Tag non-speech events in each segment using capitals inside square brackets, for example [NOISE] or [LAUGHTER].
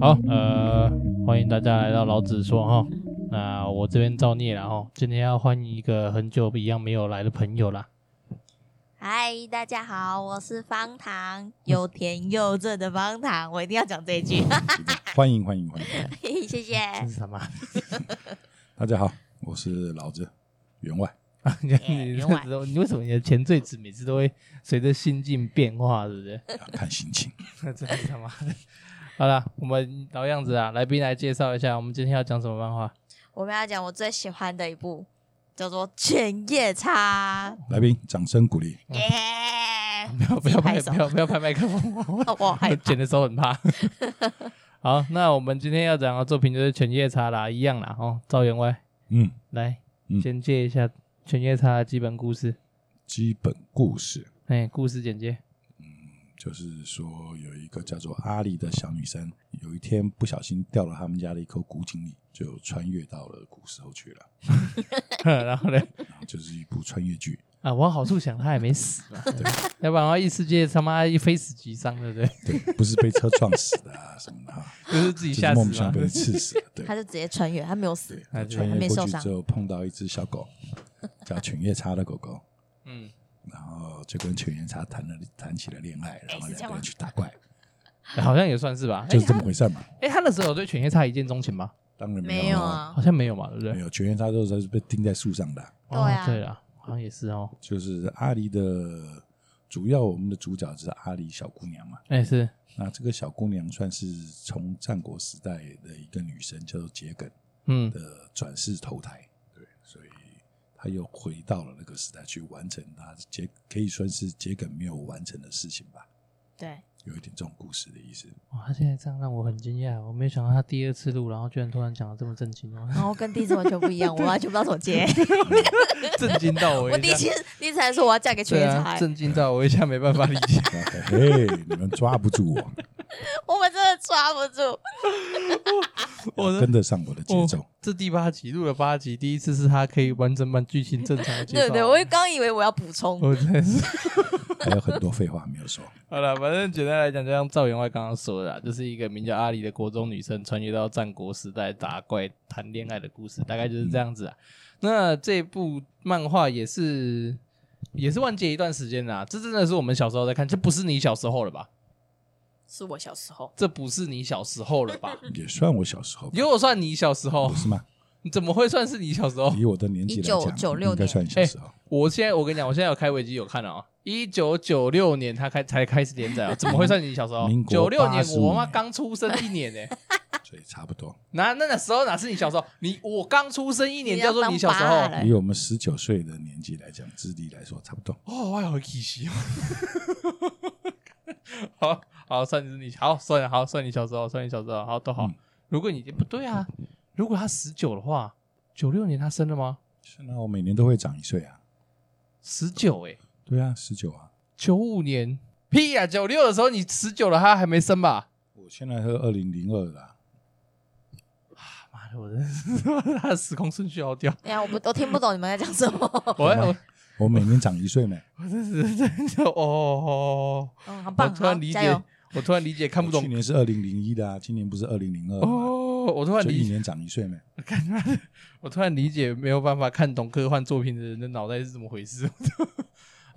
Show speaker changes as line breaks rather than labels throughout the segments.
好，呃，欢迎大家来到老子说哈。那我这边造孽了哈，今天要欢迎一个很久一样没有来的朋友啦。
嗨，大家好，我是方糖，又甜又正的方糖，我一定要讲这
[LAUGHS]
一句， [LAUGHS]
欢迎欢迎欢迎，
谢谢。
这是什么？
大家好，我是老子员外。
[LAUGHS] 你
耶
你
原
这
来
样子你为什么你的前缀词每次都会随着心境变化，对不
[LAUGHS]
对？
要看心情，
那真是他妈的。好了，我们老样子啊，来宾来介绍一下，我们今天要讲什么漫
[LAUGHS]
画？
我们要讲我最喜欢的一部，叫做《犬夜叉
来宾掌声鼓励。》，
哦
耶、
不要不要拍，
自己手
不要不要拍麦克风，
哦我 [LAUGHS]
[LAUGHS]
害
我
怕
剪的时候很怕。好，那我们今天要讲的作品就是《犬夜叉》啦，一样啦哦。赵员外
嗯，
来、
嗯
简介一下《犬夜叉》的基本故事，
基本故事
哎，故事简
[LAUGHS]
介。
就是说，有一个叫做阿丽的小女生，有一天不小心掉了他们家的一口古井里，就穿越到了古时候去了。
然后呢，
然后就是一部穿越剧，
啊，往好处想，他还没死嘛，要不然的话异世界他妈一非死即伤，对
[LAUGHS]
不对？
对，不是被车撞死的啊什么的啊，
就是自己
就是
吓
莫
死
名其妙
嘛。
被刺死的。对
他就直接穿越，他没有死
对，，
还
然后
是
穿
还没
越
受
过去
伤
之后碰到一只小
[LAUGHS]
狗，叫犬夜叉的狗狗。
嗯，
然后就跟犬夜叉谈了谈起了恋爱，然后
哎是这样
两
吗哎
个人去打怪，
好像也算是吧。哎
就是这么回事嘛。
哎，他那时候有对犬夜叉一见钟情吗？
当然
没
有
有
啊，
啊
好，像没有嘛，对不
没
对？
有犬夜叉都是被钉在树上的啊，
对
哦
啊
对了，好像也是哦。
就是阿狸的主要我们的主角是阿狸小姑娘嘛。
哎，是，
那这个小姑娘算是从战国时代的一个女神，叫做桔梗
嗯，
的转世投胎，对，所以她又回到了那个时代去完成她桔可以算是桔梗没有完成的事情吧，
对，
有一点这种故事的意思。
哇，他现在这样让我很惊讶，我没有想到他第二次录，然后居然突然讲的这么震惊
[LAUGHS]
哦， [LAUGHS]
然后跟第一次完全不一样，我完全不知道怎么接。
震惊到我
我第一次第一次还说我要嫁给犬
啊对
夜叉、哎
啊，震惊到我一下没办法理解，
[LAUGHS] 嘿，你们抓不住我。
我们真的抓不住。
我的
跟得上我的节奏
哦。这第八集录了八集，第一次是他可以完整把剧情正常的介
[LAUGHS] 对
绍。
对，我刚以为我要补充，
我真的是。 [LAUGHS]
还有很多废话没有说。
好了，反正简单来讲，就像赵员外刚刚说的啦，就是一个名叫阿里的国中女生穿越到战国时代打怪谈恋爱的故事，大概就是这样子啊。那这部漫画也是也是万劫一段时间啦，这真的是我们小时候在看，这不是你小时候了吧？
是我小时候，
这不是你小时候了吧？ [LAUGHS]
也算我小时候吧，
如果算你小时候 [LAUGHS]
不，是吗？
你怎么会算是你小时候？
以我的年纪来讲，
1996
应该算小时候。
我现在我跟你讲，我现在有开维基有看了啊、哦，一九九六年他开才开始连载哦，怎么会算你小时候
哎民？
九
国
六年
85
我妈
年
刚出生一年呢、哎
所以差不多。
哪 [LAUGHS] 那那时候哪是你小时候？你我刚出生一年
你
叫
要
做你
当
小时
爸
候
了哎
以我们十九岁的年纪来讲，智力来说差不多。
哦， [LAUGHS] 我有气息。好好算是你好算了好算你小时候算你小时候好都好
嗯。
如果你不对啊，如果他十九的话，九六年他生了吗？
是那我每年都会长一岁啊。
十九哎，
对啊，十九啊。
九五年屁呀、啊，九六的时候你十九了，他还没生吧？
我现在是二零零二啦，
妈的，我真是 [LAUGHS] 他的时空顺序好
[LAUGHS]
屌！
哎呀，我不我听不懂你们在讲什么。
我我
我每年长一岁呢。
我真是真的哦，
嗯，很
我
棒，
突然
好
理
加
解
油。，
我突然理解看不
我
懂
去年是二零零一的啊，今年不是二零零二，
哦，我突然
就一
理解，
年长一岁呢。
我突然理解没有办法看懂科幻作品的人的脑袋是怎么回事。 [LAUGHS]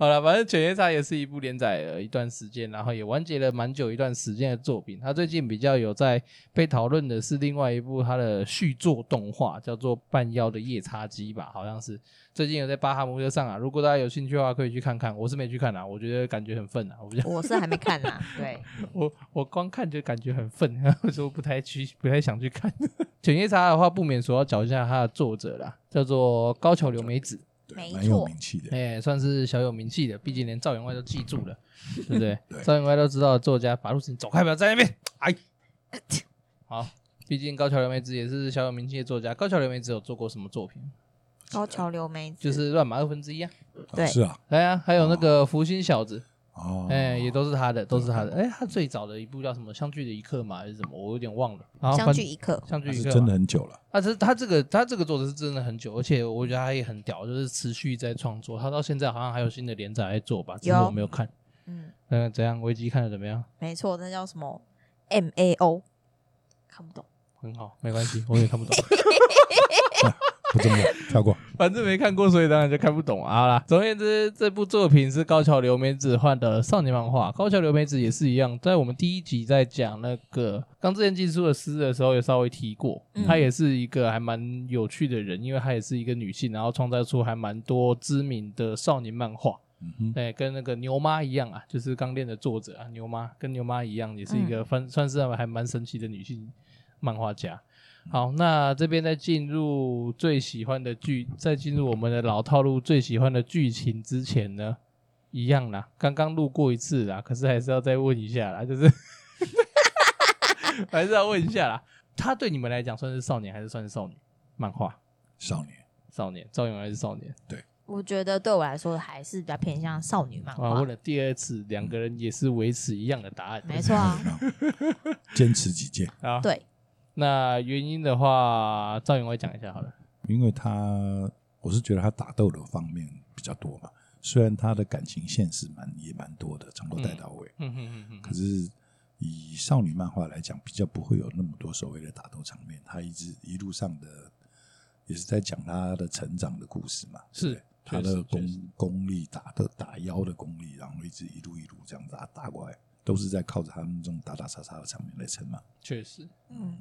好了，反正《犬夜叉》也是一部连载了一段时间，然后也完结了蛮久一段时间的作品。他最近比较有在被讨论的是另外一部他的续作动画，叫做《半妖的夜叉姬》吧，好像是最近有在巴哈姆特上啊。如果大家有兴趣的话，可以去看看。我是没去看啊，我觉得感觉很愤啊，我比较
[LAUGHS] 我是还没看啦，对，
我我光看就感觉很愤， [LAUGHS] 然后说不太去，不太想去看。 [LAUGHS] 犬夜叉的话，不免说要找一下它的作者啦，叫做高桥留美子，
对，
没
蛮有
错
名气的。啊
哎、算是小有名气的，毕竟连赵员外都记住了，对不对？
对
赵员外都知道的作家法路斯，你走开，不要在那边。哎，好，毕竟高桥留美子也是小有名气的作家。高桥留美子有做过什么作品？
[LAUGHS] 高桥留美子
就是《乱马二分之一》啊，
哦
对
是啊，
哎呀，还有那个《福星小子》
哦，
哎、也都是他的，都是他的。哎、他最早的一部叫什么《相聚的一刻》嘛，还是什么？我有点忘了。然后
相
反
聚一刻，
相聚
那
一
是
刻嘛，啊
真的很久了。
他这他这个他这个做的是真的很久，而且我觉得他也很屌，就是持续在创作。他到现在好像还有新的连载在做吧，只是
有
我没有看。
嗯，
嗯、怎样？危机看的怎么样？
没错，那叫什么 M A O 看不懂。
很好，没关
[LAUGHS]
系，我也看不懂， [LAUGHS]
不重要，跳过。
反正没看过，所以当然就看不懂啊好啦。总而言之，这部作品是高桥留美子画的少年漫画。高桥留美子也是一样，在我们第一集在讲那个《刚之前技术的诗》的时候，有稍微提过，
嗯
她也是一个还蛮有趣的人，因为她也是一个女性，然后创造出还蛮多知名的少年漫画。
嗯哼，
对，跟那个牛妈一样啊，就是《钢炼》的作者啊，牛妈跟牛妈一样，也是一
嗯
个算、算是还蛮神奇的女性漫画家。好，那这边再进入最喜欢的剧，在进入我们的老套路最喜欢的剧情之前呢，一样啦，刚刚录过一次啦，可是还是要再问一下啦，就是 [LAUGHS] 还是要问一下啦，他对你们来讲算是少年还是算是少女？漫画啊
少年，
少年，赵永还是少年？
我觉得对我来说还是比较偏向少女漫
啊，
画
问，了第二次，两个人也是维持一样的答案。
没错
[LAUGHS]
啊，
坚持己见，
啊，
对，
那原因的话，赵云我也讲一下好了。
因为他我是觉得他打斗的方面比较多嘛，虽然他的感情线是蛮也蛮多的，从头带到尾，
嗯嗯嗯
可是以少女漫画来讲，比较不会有那么多所谓的打斗场面。他一直一路上的也是在讲他的成长的故事嘛，
是
对不对
确
他
实
的
确实
功功力打的打腰的功力，然后一直一路一路这样打打过来，都是在靠着他们这种打打杀杀的场面来撑嘛。
确实。
嗯。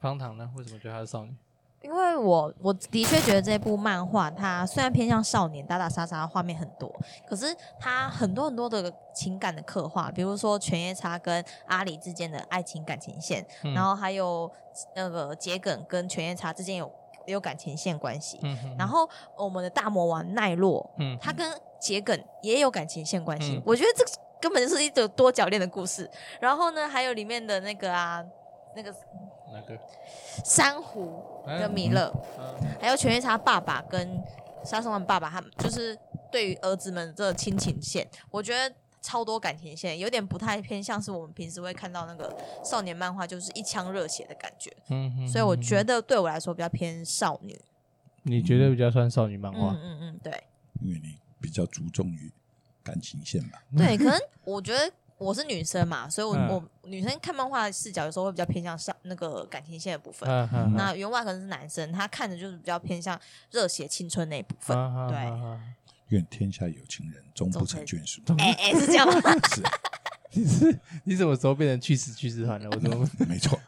方糖呢？为什么觉得她是少女？
因为我我的确觉得这部漫画它虽然偏向少年打打杀杀，画面很多，可是它很多很多的情感的刻画，比如说犬夜叉跟阿里之间的爱情感情线，
嗯
然后还有那个桔梗跟犬夜叉之间有有感情线关系，
嗯哼，
然后我们的大魔王奈落，
嗯
他跟桔梗也有感情线关系，
嗯
我觉得这个根本就是一种多角恋的故事。然后呢，还有里面的那个啊，那个
哪个？
珊瑚跟米勒。
嗯
还有犬夜叉爸爸跟杀生丸爸爸，他们就是对于儿子们这亲情线，我觉得超多感情线，有点不太偏向是我们平时会看到那个少年漫画，就是一腔热血的感觉。
嗯
所以我觉
得
得对我来说比较偏少女。
你觉得比较算少女漫
嗯
画。
嗯
[LAUGHS]
嗯，对
因为你比较注重于感情线嘛。
对，可能我觉得。我是女生嘛，所以我、
嗯
我女生看漫画的视角有时候会比较偏向上那个感情线的部分。
嗯嗯
那员外可能是男生，他看的就是比较偏向热血青春那一部分。
嗯
对
嗯
愿天下有情人终不成眷属。
哎哎、是这样吗？ [LAUGHS]
是，啊
你是你怎么时候变成去死去死团了？我怎么 [LAUGHS]
没错。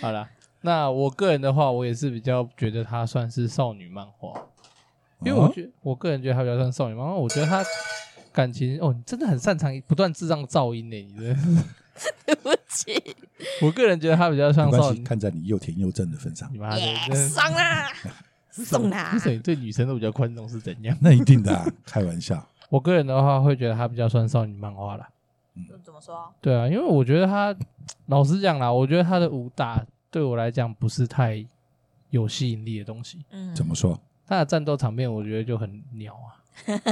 好了？那我个人的话，我也是比较觉得她算是少女漫画，因为我觉我个人觉得她比较算少女漫画。我觉得她感情哦，你真的很擅长不断制造噪音呢，你真的。
对不
[LAUGHS]
起。
我个人觉得她比较
没
像少
关系，
女。
看在你又甜又正的份上
你，妈的，
耶
真的
爽
[LAUGHS]
啦，送啦
为！什么你对女生都比较宽容是怎样？
那一定的、啊，开玩笑。
我个人的话会觉得她比较算少女漫画啦。
就嗯怎么说？
对啊，因为我觉得她，老实讲啦，我觉得她的武打对我来讲不是太有吸引力的东西。
嗯，
怎么说？
她的战斗场面我觉得就很鸟啊，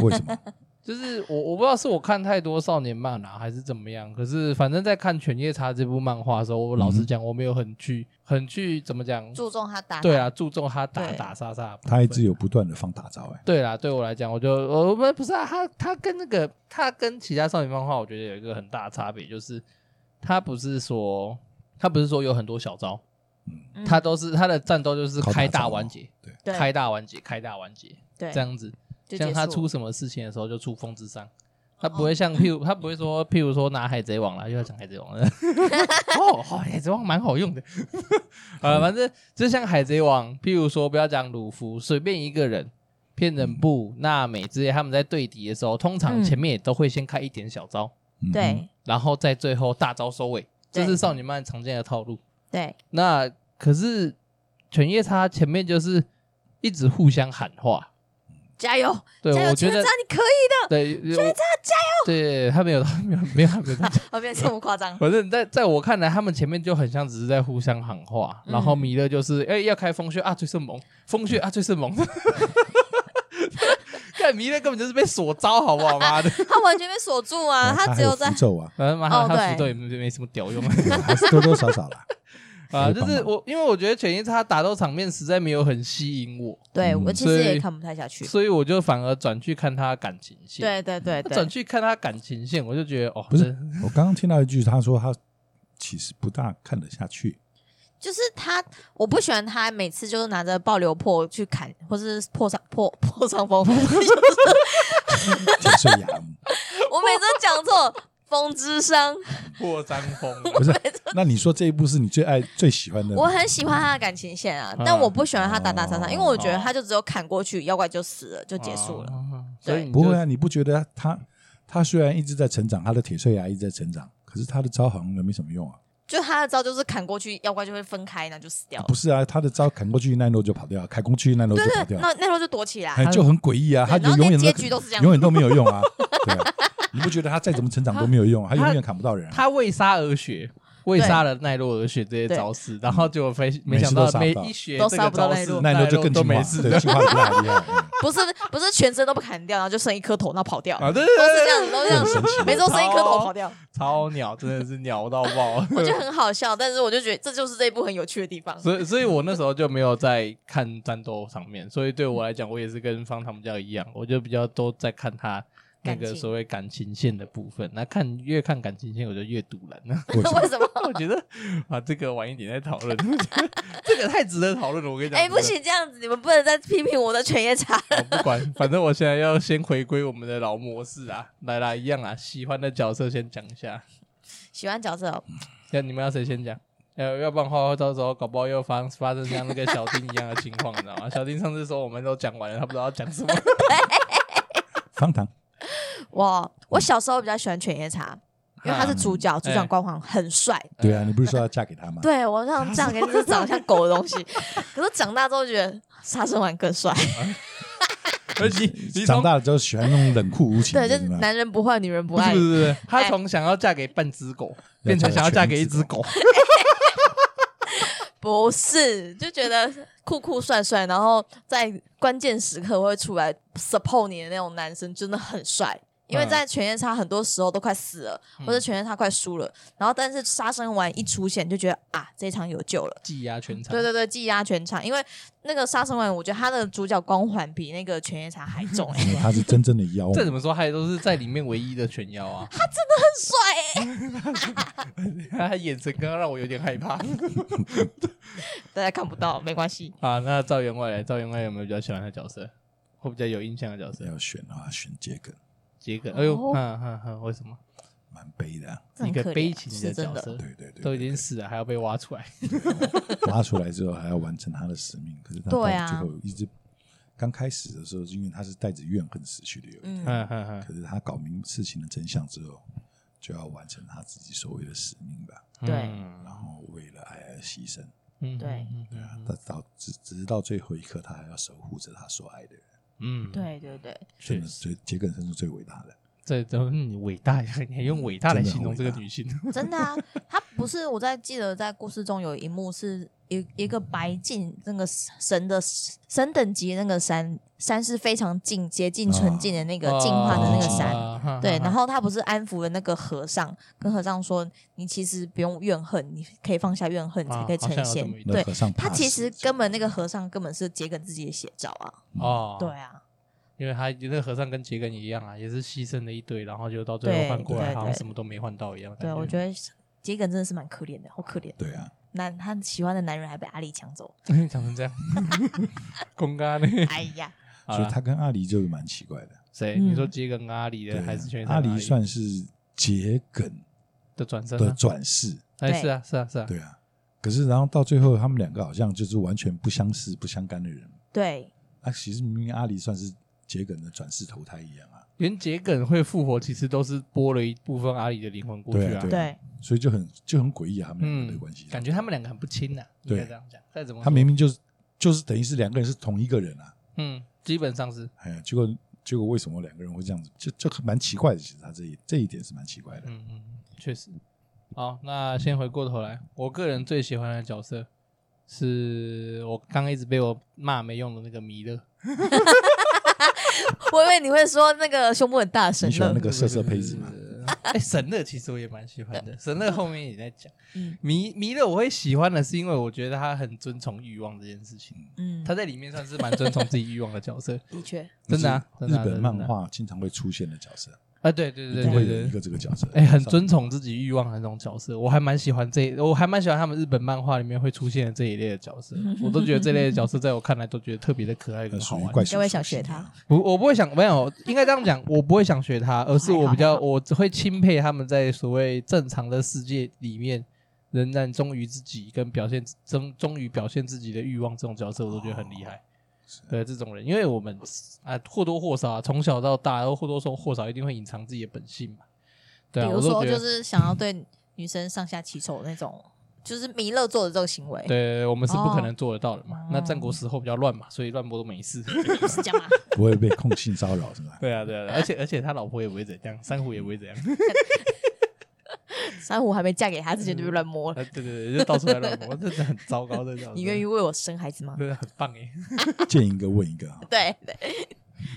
为什么？
就是我我不知道是我看太多少年漫啦、还是怎么样，可是反正在看《犬夜叉》这部漫画的时候，我老实讲我没有很去很去怎么讲，
注重他打？
对，啊，注重他打
对
打杀杀的部分，
他一直有不断的放大招、哎，
对啦，对我来讲，我就我我们不是啊，他他跟那个他跟其他少女漫画，我觉得有一个很大的差别，就是他不是说他不是说有很多小招，
嗯，
他都是他的战斗就是
靠打
开大
招
完结，
对，
对
开大完结，开大完结
对
这样子，
就
像
结
他
束
出
了哦
什么事情的时候就出风之伤。他不会像譬如他不会说譬如说拿海贼王啦，又要讲海贼王了。 [LAUGHS] 哦，好海贼王蛮好用的。 [LAUGHS] 呃，反正就像海贼王，譬如说不要讲鲁夫，随便一个人，骗人布、娜美之类，他们在对敌的时候，通常
嗯
前面也都会先开一点小招，
嗯哼
对
然后在最后大招收尾，这
对
是少女漫常见的套路。
对
那可是犬夜叉前面就是一直互相喊话，
加油
对
加油！
我觉
圈
得
叉你可以
[LAUGHS] 对，全场加油！对他没有，他没有，没有，他没有这样讲。
的，后哦面这么夸
[LAUGHS]
张？
反正在在我看来，他们前面就很像只是在互相喊话，
嗯
然后弥勒就是哎、要开风穴啊，最是萌，风穴啊，最是萌。 [LAUGHS] 看弥勒根本就是被锁招，好不好？ [LAUGHS] 妈的，
他完全被锁住啊！
哦
他
还
只有在
符咒啊，
反正妈的
哦
他
对
石头也没没什么屌 [LAUGHS] 用
对还是多多少少啦。
[LAUGHS] 啊。
可以
就
帮
是
忙
我，因为我觉得犬夜叉打斗场面实在没有很吸引我，
对我
嗯
其
所
实
以
也看不太下去。
所以我就反而转去看他感情线。
对对对
转
对，
去看他感情线，我就觉得哦，
不是
真
我刚刚听到一句，他说他其实不大看得下去，
就是他，我不喜欢他每次就是拿着爆流破去砍，或是破伤破破伤风。
铁碎牙，
[LAUGHS] 我每次都讲错，风之伤。
[LAUGHS] 破张风， [LAUGHS]
不是？那你说这一部是你最爱、最喜欢的吗？
我很喜欢他的感情线啊，但我不喜欢他打打杀杀，因为我觉得他就只有砍过去，妖怪就死了，就结束了。
哦。所以你就
不会啊，你不觉得他他虽然一直在成长，他的铁碎牙一直在成长，可是他的招好像没什么用啊。
就他的招就是砍过去，妖怪就会分开，那就死掉了。
不是啊，他的招砍过去，奈落就跑掉；砍过去，奈落就跑掉，
那那时候就躲起来，
哎，就很诡异啊。他
对然
就
后
永
连
远
结局都是这样
永远都没有用
[LAUGHS]
啊。对啊，你不觉得他再怎么成长都没有用啊？他永远砍不到人啊。
他为杀而学，为杀了奈落而学这些招式，然后结果非没想到每一学这个招式，
奈落就更
都
进化
没，事
对，进化得太厉害哎了。
不是不是全身都不砍掉，然后就剩一颗头，那跑掉，
啊！对
[LAUGHS] 都是这
对
样，都是这样
很神奇，
每周剩一颗头跑掉，
超鸟真的是鸟到爆， [LAUGHS]
我觉得很好笑，但是我就觉得这就是这一部很有趣的地方。
所以所以我那时候就没有在看战斗场面，所以对我来讲，我也是跟方唐教一样，我就比较都在看他。那
感
个
情
所谓感情线的部分，那看越看感情线，我就越堵然了。
为什么？
[LAUGHS] 我觉得啊，这个晚一点再讨论， [LAUGHS] 我觉得这个太值得讨论了。我跟你讲，
哎、不行，这样子你们不能再批评我的犬夜叉。 [LAUGHS]
我哦不管，反正我现在要先回归我们的老模式啊，来啦，一样啊，喜欢的角色先讲一下，
喜欢角色哦，
那你们要谁先讲？要要不然的话，到时候搞不好又发发生像那个小丁一样的情况，你知道吗？小丁上次说我们都讲完了，他不知道要讲什么。 [LAUGHS]
方糖，
嗯
我我小时候比较喜欢犬夜叉，因为他是主角，主角
哎
光环很帅。
对啊，你不是说要嫁给他吗？
[LAUGHS] 对我让这样给这长得像狗的东西， [LAUGHS] 可是长大之后觉得杀生丸更帅。 [LAUGHS]
而且你你
长
从
大了之后喜欢那种冷酷无情
对，
的，啊
就是
是吗？
男人不坏，女人不
不是
爱
不。是不是，
哎
他从想要嫁给半只狗，变成想要嫁给一只狗，
[LAUGHS] 不是，就觉得酷酷帅帅，然后在关键时刻会出来 support 你的那种男生，真的很帅。因为
嗯
在犬夜叉很多时候都快死了，或者犬夜叉快输了，然后但是杀生丸一出现，就觉得啊，这一场有救了。
技压全场。
对对对，技压全场，因为那个杀生丸，我觉得他的主角光环比那个犬夜叉还
[LAUGHS]
重、欸，
因为他是真正的妖
这怎么说，他也都是在里面唯一的全妖啊！
帅、欸。
[LAUGHS] 他眼神刚刚让我有点害 [LAUGHS] 怕
大家看不到，没关系。
啊。那赵员外嘞，赵员外有没有比较喜欢的角色，或比较有印象的角色？
要选的话，选桔梗，
桔梗，哎呦，
哦
哼哼哼，为什么？
蛮悲的啊。
这
一
很
个
可怜
悲情
是真
角
的
色，
对对对，
都已经死了还要被挖出来，
挖出来之后还要完成他的使命，可是他到
对啊
最后一直刚开始的时候，因为他是带着怨恨死去的有一天，
嗯，
嗯哼哼
可是他搞明事情的真相之后，就要完成他自己所谓的使命吧，
嗯，
对
然后为了爱而牺牲，
嗯，
对
嗯，
对啊，他到只只是到最后一刻，他还要守护着他所爱的人，
嗯，
对对对，
确
真的，所以桔梗真是最伟大的。
这都是你伟大，你还用伟大来形容这个女性，
真的啊，他不是我在记得在故事中有一幕是一一个白净那个神的神等级那个山山是非常净洁净纯净的那个净化的那个山。
啊哈哈
对，然后他不是安抚了那个和尚，跟和尚说：“你其实不用怨恨，你可以放下怨恨，才可以
啊好像有这
成仙
么一。”啊
那
对
和，尚
他
怕
其
死
实根本那个和尚根本是桔梗自己的写照啊。
哦，
对，啊，
因为他那个和尚跟桔梗一样啊，也是牺牲了一堆，然后就到最后
对
换过来，
对
好像
对
什么都没换到一样的感。
对，我觉得桔梗真的是蛮可怜的，好可怜。
对啊，
男他喜欢的男人还被阿里抢
[LAUGHS]
走，
得讲成这样，公干呢？
哎呀，
好
所以
了，
他跟阿离就是蛮奇怪的。
谁？
嗯
你说桔梗跟阿离
对
的，
啊
还是全
阿离算是桔梗
的转身
的
啊？
转世，
哎，
对
是啊，是啊，是啊，
对啊。可是然后到最后，他们两个好像就是完全不相识、不相干的人。
对，
啊，其实明明阿离算是桔梗的转世投胎一样啊，
连桔梗会复活，其实都是剥了一部分阿里的灵魂过去
对啊对
对，
所以就很就很诡异啊，他们两
嗯
个的关系。
感觉他们两个很不亲呐、啊应该
对
这样讲。再怎么说
他明明就是就是等于是两个人是同一个人啊，
嗯，基本上是
哎呀，结果结果为什么两个人会这样子？就就蛮奇怪的，其实他这一这一点是蛮奇怪的。
嗯嗯，确实。好，那先回过头来，我个人最喜欢的角色是我刚一直被我骂没用的那个弥勒，
[LAUGHS] 我以为你会说那个胸部很大的神
你喜欢
乐
那，个色色胚子吗？
[LAUGHS] 哎、神乐其实我也蛮喜欢的，神乐后面也在讲
嗯
弥弥勒，我会喜欢的是因为我觉得他很遵从欲望这件事情，
嗯，
他在里面算是蛮遵从自己欲望的角色，
的确，
真的啊，
[LAUGHS] 日
真的啊
本漫。
真的啊
画经常会出现的角色，
啊，对对对
一定会
对
有一
对，
个这个角色，
哎、很尊崇自己欲望的那种角色，我还蛮喜欢这，我还蛮喜欢他们日本漫画里面会出现的这一类的角色，我都觉得这类的角色在我看来都觉得特别的可爱
那
跟好
属于
玩。
怪兽，
各位想学他，
啊
不，我不会想，没有，应该这样讲，我不会想学他，而是我比较，我只会钦佩他们在所谓正常的世界里面，仍然忠于自己跟表现忠忠于表现自己的欲望这种角色，我都觉得很厉害。
哦
对这种人，因为我们啊或多或少啊，从小到大都或多或少一定会隐藏自己的本性嘛。对啊，
比
我
如
都
说
觉
就
得，
是想要对女生上下其手那种，就是弥勒做的这个行为，
对，对对我们是不可能
哦
做得到的嘛。那战国时候比较乱嘛，所以乱摸都没事。 [LAUGHS]
是这样吗？
[LAUGHS]
[LAUGHS]
不会被控性骚扰是吧？
对啊，对啊，对啊而且而且他老婆也不会怎样，珊瑚也不会怎样。
珊瑚还没嫁给他之前就被乱摸了，
啊，对对对，就到处来乱摸，真的很糟糕的。
嗯
你愿意？为我生孩子吗？
真的很棒哎！
见一个问一个啊，
对对，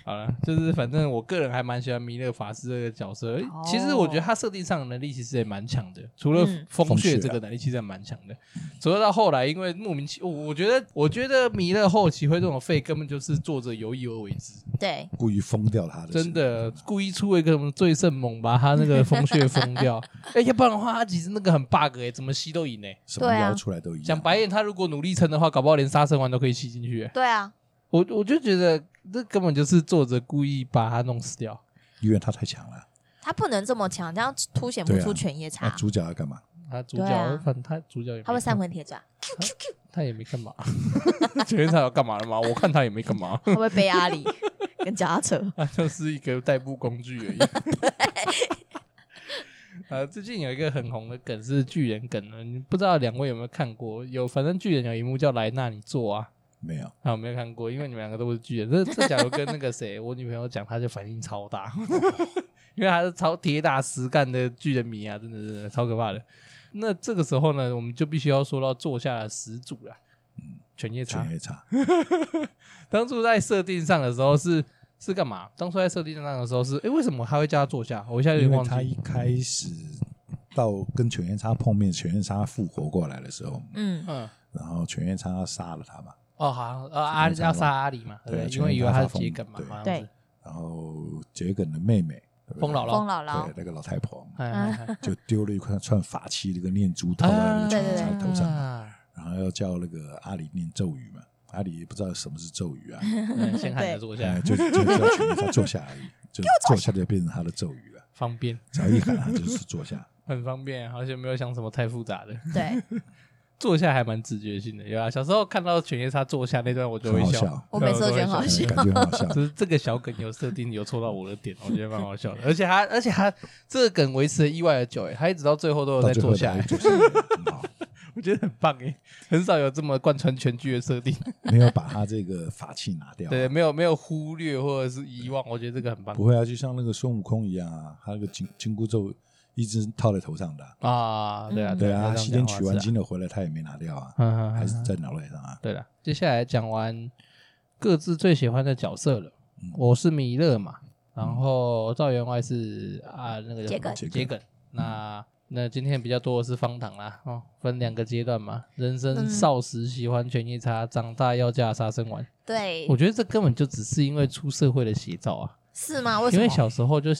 好了，就是反正我个人还蛮喜欢弥勒法师这个角色。
哦
其实我觉得他设定上的能力其实也蛮强的，除了
嗯
风
风
穴
穴
这个能力其实也蛮强的。除了到后来，因为莫名其我我觉得我觉得弥勒后期会这种废，根本就是作者有意而为之，
对，
故意封掉他的，
真的故意出了一个什么最圣猛，把他那个风穴封
[LAUGHS]
掉。哎，要不然的话，他其实那个很 bug 哎、怎么吸都赢哎、
什么
对啊
妖出来都一样。
讲白一点，他如果努力撑的话，搞不好连杀生丸都可以吸进去、欸。
对啊，
我我就觉得这根本就是作者故意把他弄死掉。
因为他太强了，
他不能这么强，这样凸显不
对啊
出犬夜叉
那，主角要干嘛？
他主角、
对啊
反正他主角也没
他会三
干
魂铁
[LAUGHS]
爪，
他也没干嘛。 [LAUGHS] 全他有干嘛了吗？我看他也没干嘛，
他会背阿里跟脚踏
[LAUGHS]
车，
他就是一个代步工具而已。 [LAUGHS] 呃，最近有一个很红的梗是巨人梗了，你不知道两位有没有看过？有，反正巨人有一幕叫莱纳你做啊，
没有，
啊，我没有看过，因为你们两个都不是巨人。这这，假如跟那个谁， [LAUGHS] 我女朋友讲，她就反应超大，
哦
[LAUGHS] 因为她是超铁打实干的巨人迷啊，真的是超可怕的。那这个时候呢，我们就必须要说到座下的始祖了，犬夜叉
犬。夜叉
当初在设定上的时候是是干嘛？当初在设定上的时候是，诶，为什么他会叫他坐下？我一下有
因
点
为
忘
他
记
一开始到跟犬夜叉碰面，犬夜叉复活过来的时候，
嗯，
嗯，
然后犬夜叉杀了他嘛，
哦，好像呃阿
犬夜叉
要杀阿里嘛，
对
对，
啊
因为以为他是桔梗嘛
犬夜，叉
好像
对
是，
然后桔梗的妹妹，对不对
疯姥
风
姥，
姥姥
对，那个老太婆
哎哎
就丢了一块串法器，那个念珠头
哎，
在那个犬
对
夜叉
对
头上，
啊
然后要叫那个阿里念咒语嘛，阿里也不知道什么是咒语啊，
嗯先喊着坐下 [LAUGHS]
哎，，就就叫犬夜叉坐下而已，就坐下就变成他的咒语了，
方便。
只要一喊他就是坐下。
很方便，而且没有想什么太复杂的， [LAUGHS]
[LAUGHS]
对
坐下还蛮直觉性的。有啊，小时候看到犬夜叉坐下那段，我就会
很好
笑。
笑
我每次都觉得很好
对啊
笑
哎。感觉很好笑。
就是这个小梗有设定，有戳到我的点，我觉得蛮好笑
[LAUGHS]
的。而且他，而且他这个梗维持了意外的久，哎，他一直到最后 [LAUGHS] 都有在
到最后
坐下
大
来
家，就坐下嗯来，很好，
[LAUGHS] 我觉得很棒哎，很少有这么贯穿全剧的设定。
没有把他这个法器拿掉，啊
对，没有没有忽略或者是遗忘，我觉得这个很棒
不会啊，就像那个孙悟空一样啊，他那个紧紧箍咒一直套在头上的啊，
啊。对啊，
嗯
对
啊，
啊，
这样
西天
讲话
取完
是啊
经了回来，他也没拿掉啊，
嗯嗯，嗯
还是在脑袋上啊。
对了，接下来讲完各自最喜欢的角色了。我是弥勒嘛，然后赵员外是啊那个叫什么
桔梗
桔梗。那那今天比较多的是方糖啦，哦，分两个阶段嘛。人生
嗯
少时喜欢犬夜叉，长大要嫁杀生丸。
对
我，觉得这根本就只是因为出社会的写照啊。
是吗？为什
因为
么？
小时候就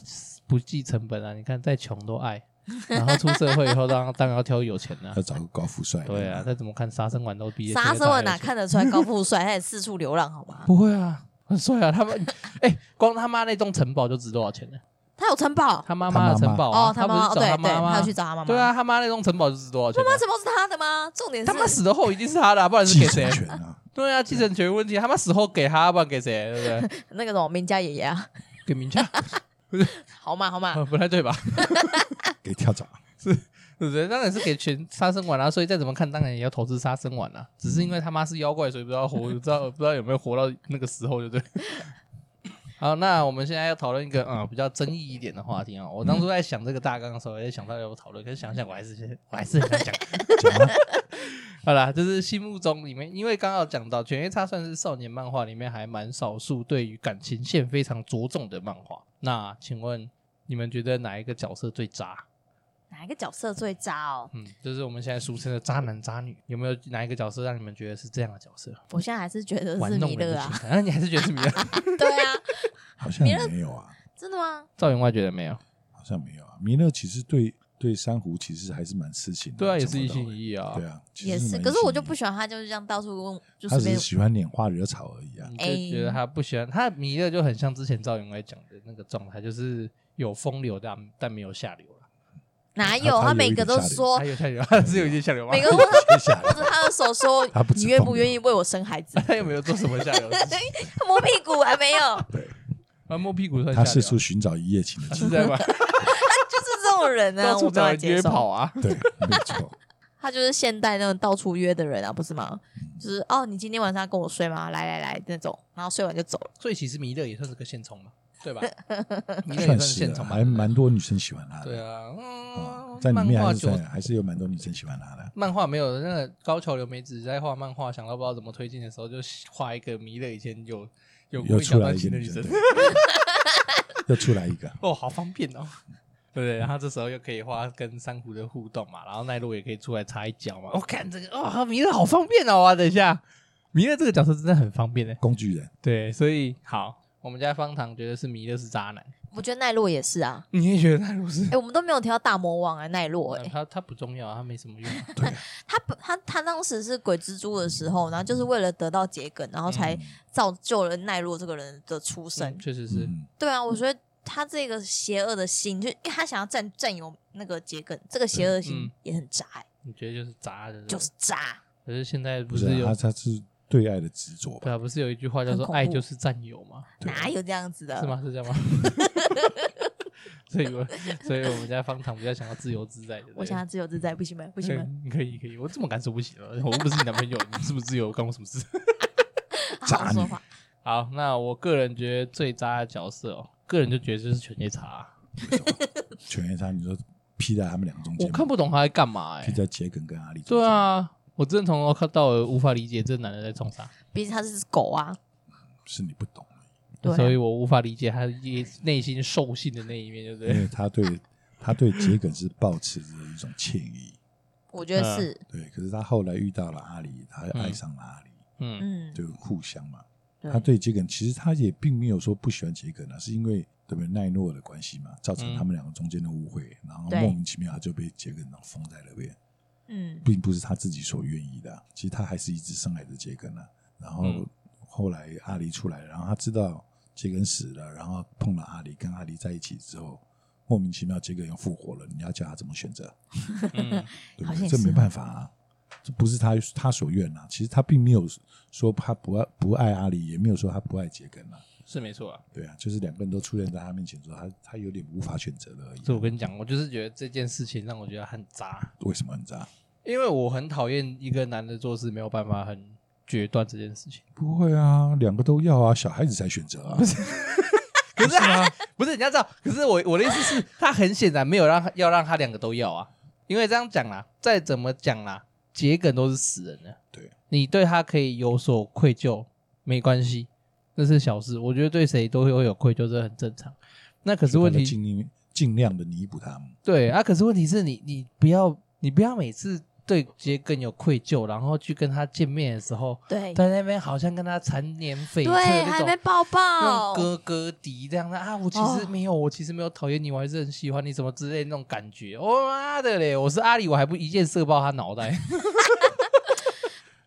不计成本啊，你看再穷都爱，然后出社会以后当然当然要挑有钱
[LAUGHS]
的、啊
要。找个高富帅，
对啊，再怎么看杀生丸都毕业，
杀生丸
哪
哪看得出来高富帅？他也四处流浪，好吗？
[LAUGHS] 不会啊，很帅啊！他们哎、光他妈那栋城堡就值多少钱
[LAUGHS]
呢？
他有城堡
他妈妈的
他妈
城
妈
堡啊，
哦，他
不
妈
是
哦，
找
对对，
妈
他
妈
有去？找他妈妈。
对啊，，他妈那栋城堡就值多少钱呢？
妈城堡是他的吗？重点是
他妈死的后一定是他的啊、不
[LAUGHS]
然是
继
给
承
谁？
权啊，
对啊，继承权问题，他妈死后给他，不然给谁？对
[LAUGHS]
不对？
那个什么名家爷爷啊，
给明家？ [LAUGHS]
好嘛好嘛，
呃不太对吧？
给跳蚤，
对不 [LAUGHS] 对？当然是给全杀生丸啊，所以再怎么看，当然也要投资杀生丸啊。只是因为他妈是妖怪，所以不知道
[LAUGHS]
活，不知道不知道有没有活到那个时候，就对。 [LAUGHS] 好，那我们现在要讨论一个嗯比较争议一点的话题啊。我当初在想这个大纲的时候，也想到要讨论，可是想想我还是先我还是很想讲。
[LAUGHS] 讲啊
[LAUGHS] 好啦，就是心目中里面，因为刚刚有讲到《犬夜叉》算是少年漫画里面还蛮少数对于感情线非常着重的漫画。那请问你们觉得哪一个角色最渣？
哪一个角色最渣哦？
嗯，就是我们现在俗称的渣男渣女，有没有哪一个角色让你们觉得是这样的角色？
我现在还是觉得
玩
是
弄
弥
人的 [LAUGHS]
勒
情
啊， [LAUGHS]
感，啊，你还是觉得是米勒？
对啊，
好像也没有啊，
真的吗？
赵员外觉得没有？
好像没有啊。弥勒其实对对珊瑚其实还是蛮痴情的，
对啊，也是
从
一
头到
心
尾
一意啊。
对啊，其实
也是，
蛮
可是
一
我
心
就
一
不
意
喜欢他，就是这样到处问，就
他
随
只
便
是喜欢拈花惹草而已啊。
你就觉得他不喜欢他弥勒，就很像之前赵员外讲的那个状态，就是有风流但但没有下流了。
哪
他
有？
他有
每
一
个
点
都
下流
说
还，有下流，哎 [LAUGHS] 他是有一些下流吗
每？个都握
接下来
着他的手说
他啊不，
你
止
愿
风
不愿
流
意为我生
[LAUGHS]
孩
[LAUGHS]
子？哎
他又没有做什么下
[LAUGHS]
流的事情，
摸屁股还没有，
对，
啊，摸屁股算
他
下
四
流
处。寻找一夜情
[LAUGHS]
的
是
机会，
在
[LAUGHS]
玩，
就是这种人呢，
到
我
处
没
找
法
人
接
约
受。
跑 [LAUGHS] 啊！
对，没错。
他就是现代那种到处约的人啊，不是吗？就是哦，你今天晚上要跟我睡吗？来来来，那种，然后睡完就走了。
所以其实弥勒也算是个现充嘛，对吧？弥勒也
算
是
是
现充
啊
嘛，
还蛮多女生喜欢他的。
对啊。
哦
嗯，
在里面
漫画
还是
就
在还是有蛮多女生喜欢他的。
漫画没有那个高桥留美子在画漫画，想到不知道怎么推进的时候，就画一个弥勒以前有有
又
过一
出
小
来
段
一
情
个
的
女
女生
生，，对又出来一个，
[LAUGHS] 哦，好方便哦， [LAUGHS] 对不对？然后这时候又可以画跟珊瑚的互动嘛，然后奈落也可以出来插一脚嘛。我、看这个哦，弥勒好方便哦！啊，等一下，弥勒这个角色真的很方便呢。欸
工具人。
对，所以好，我们家方糖觉得是弥勒是渣男，
我觉得奈落也是啊，
你也觉得奈落是？
哎、我们都没有提到大魔王啊，奈落哎、
啊他他不重要啊，他没什么用 [LAUGHS] 啊、
对啊，
他不他他当时是鬼蜘蛛的时候，然后就是为了得到桔梗，然后才造就了奈落这个人的出生。
嗯嗯确实是。
嗯，
对啊，我觉得他这个邪恶的心，就因为他想要占占有那个桔梗，这个邪恶的心
嗯
也很渣、欸，
你觉得就是渣的，
就是渣。
可是现在不
不是
是有
啊他他是对爱的执着
对
吧？
啊，不是有一句话叫
很
做“
恐
爱
怖呃
就是占有”吗？
对啊
哪有这样子的？
啊是？吗？是这样吗？ [LAUGHS] 所以我，所以我们家方糖比较想要自由自在的。对
我想要自由自在，不行吗？不行吗？
嗯可以可以，我这么敢说不行了，我又不是你男朋友，你自不自由关我什么事？ [LAUGHS] 嗯
[LAUGHS] 好好
渣
说
女
话。
好，那我个人觉得最渣的角色哦，个人就觉得就是犬夜叉，
犬夜叉，你说劈在他们俩中
我
间吗，
看不懂他在干嘛哎、
劈在桔梗跟阿里。
对，啊，我真的从头看到尾无法理解这男的在冲啥，
毕竟他是狗啊，
是你不懂，
对啊
所以我无法理解他内内心兽性的那一面，对不
因
对？
为他对他对桔梗是抱持着一种歉意。
我觉得
嗯
是，
对，可是他后来遇到了阿里，他爱上了阿里，
嗯，
嗯，
就互相嘛。
对
他对桔梗其实他也并没有说不喜欢桔梗啊，是因为对不对奈诺的关系嘛，造成他们两个中间的误会，然后
嗯对
莫名其妙他就被桔梗封在那边，
嗯，
并不是他自己所愿意的啊、其实他还是一直深爱着桔梗啊。然后
嗯
后来阿里出来，然后他知道桔梗死了，然后碰了阿里，跟阿里在一起之后。莫名其妙，桔梗又复活了，你要叫他怎么选择？
嗯
对
好像
不对？
也
这
是
没
哦
办法啊，这不是他他所愿啊。其实他并没有说他不爱不爱阿里，也没有说他不爱桔梗啊。
是没错啊。
对啊，就是两个人都出现在他面前之后，他他有点无法选择了而已。啊
所以我跟你讲，我就是觉得这件事情让我觉得很渣，
为什么你知道？
因为我很讨厌一个男的做事没有办法很决断这件事情。
不会啊，两个都要啊，小孩子才选择
[LAUGHS]
啊。
可是啊，不是你要知道，可是我我的意思是，他很显然没有让他要让他两个都要啊，因为这样讲啦，再怎么讲啦，桔梗都是死人的，
对，
你对他可以有所愧疚，没关系，那是小事。我觉得对谁都会会有愧疚，这很正常。那可是问
他就
题
尽力尽量的弥补他们。
对啊，可是问题是你，你不要，你不要每次对桔梗有愧疚，然后去跟他见面的时候，
对，
在那边好像跟他缠绵悱恻
哎对，
那
还没
种，
抱
那
抱
种，哥哥敌这样的啊，我其实
哦
没有，我其实没有讨厌你，我还是很喜欢你，什么之类的那种感觉。我、妈的嘞，我是阿里，我还不一箭射爆他脑袋，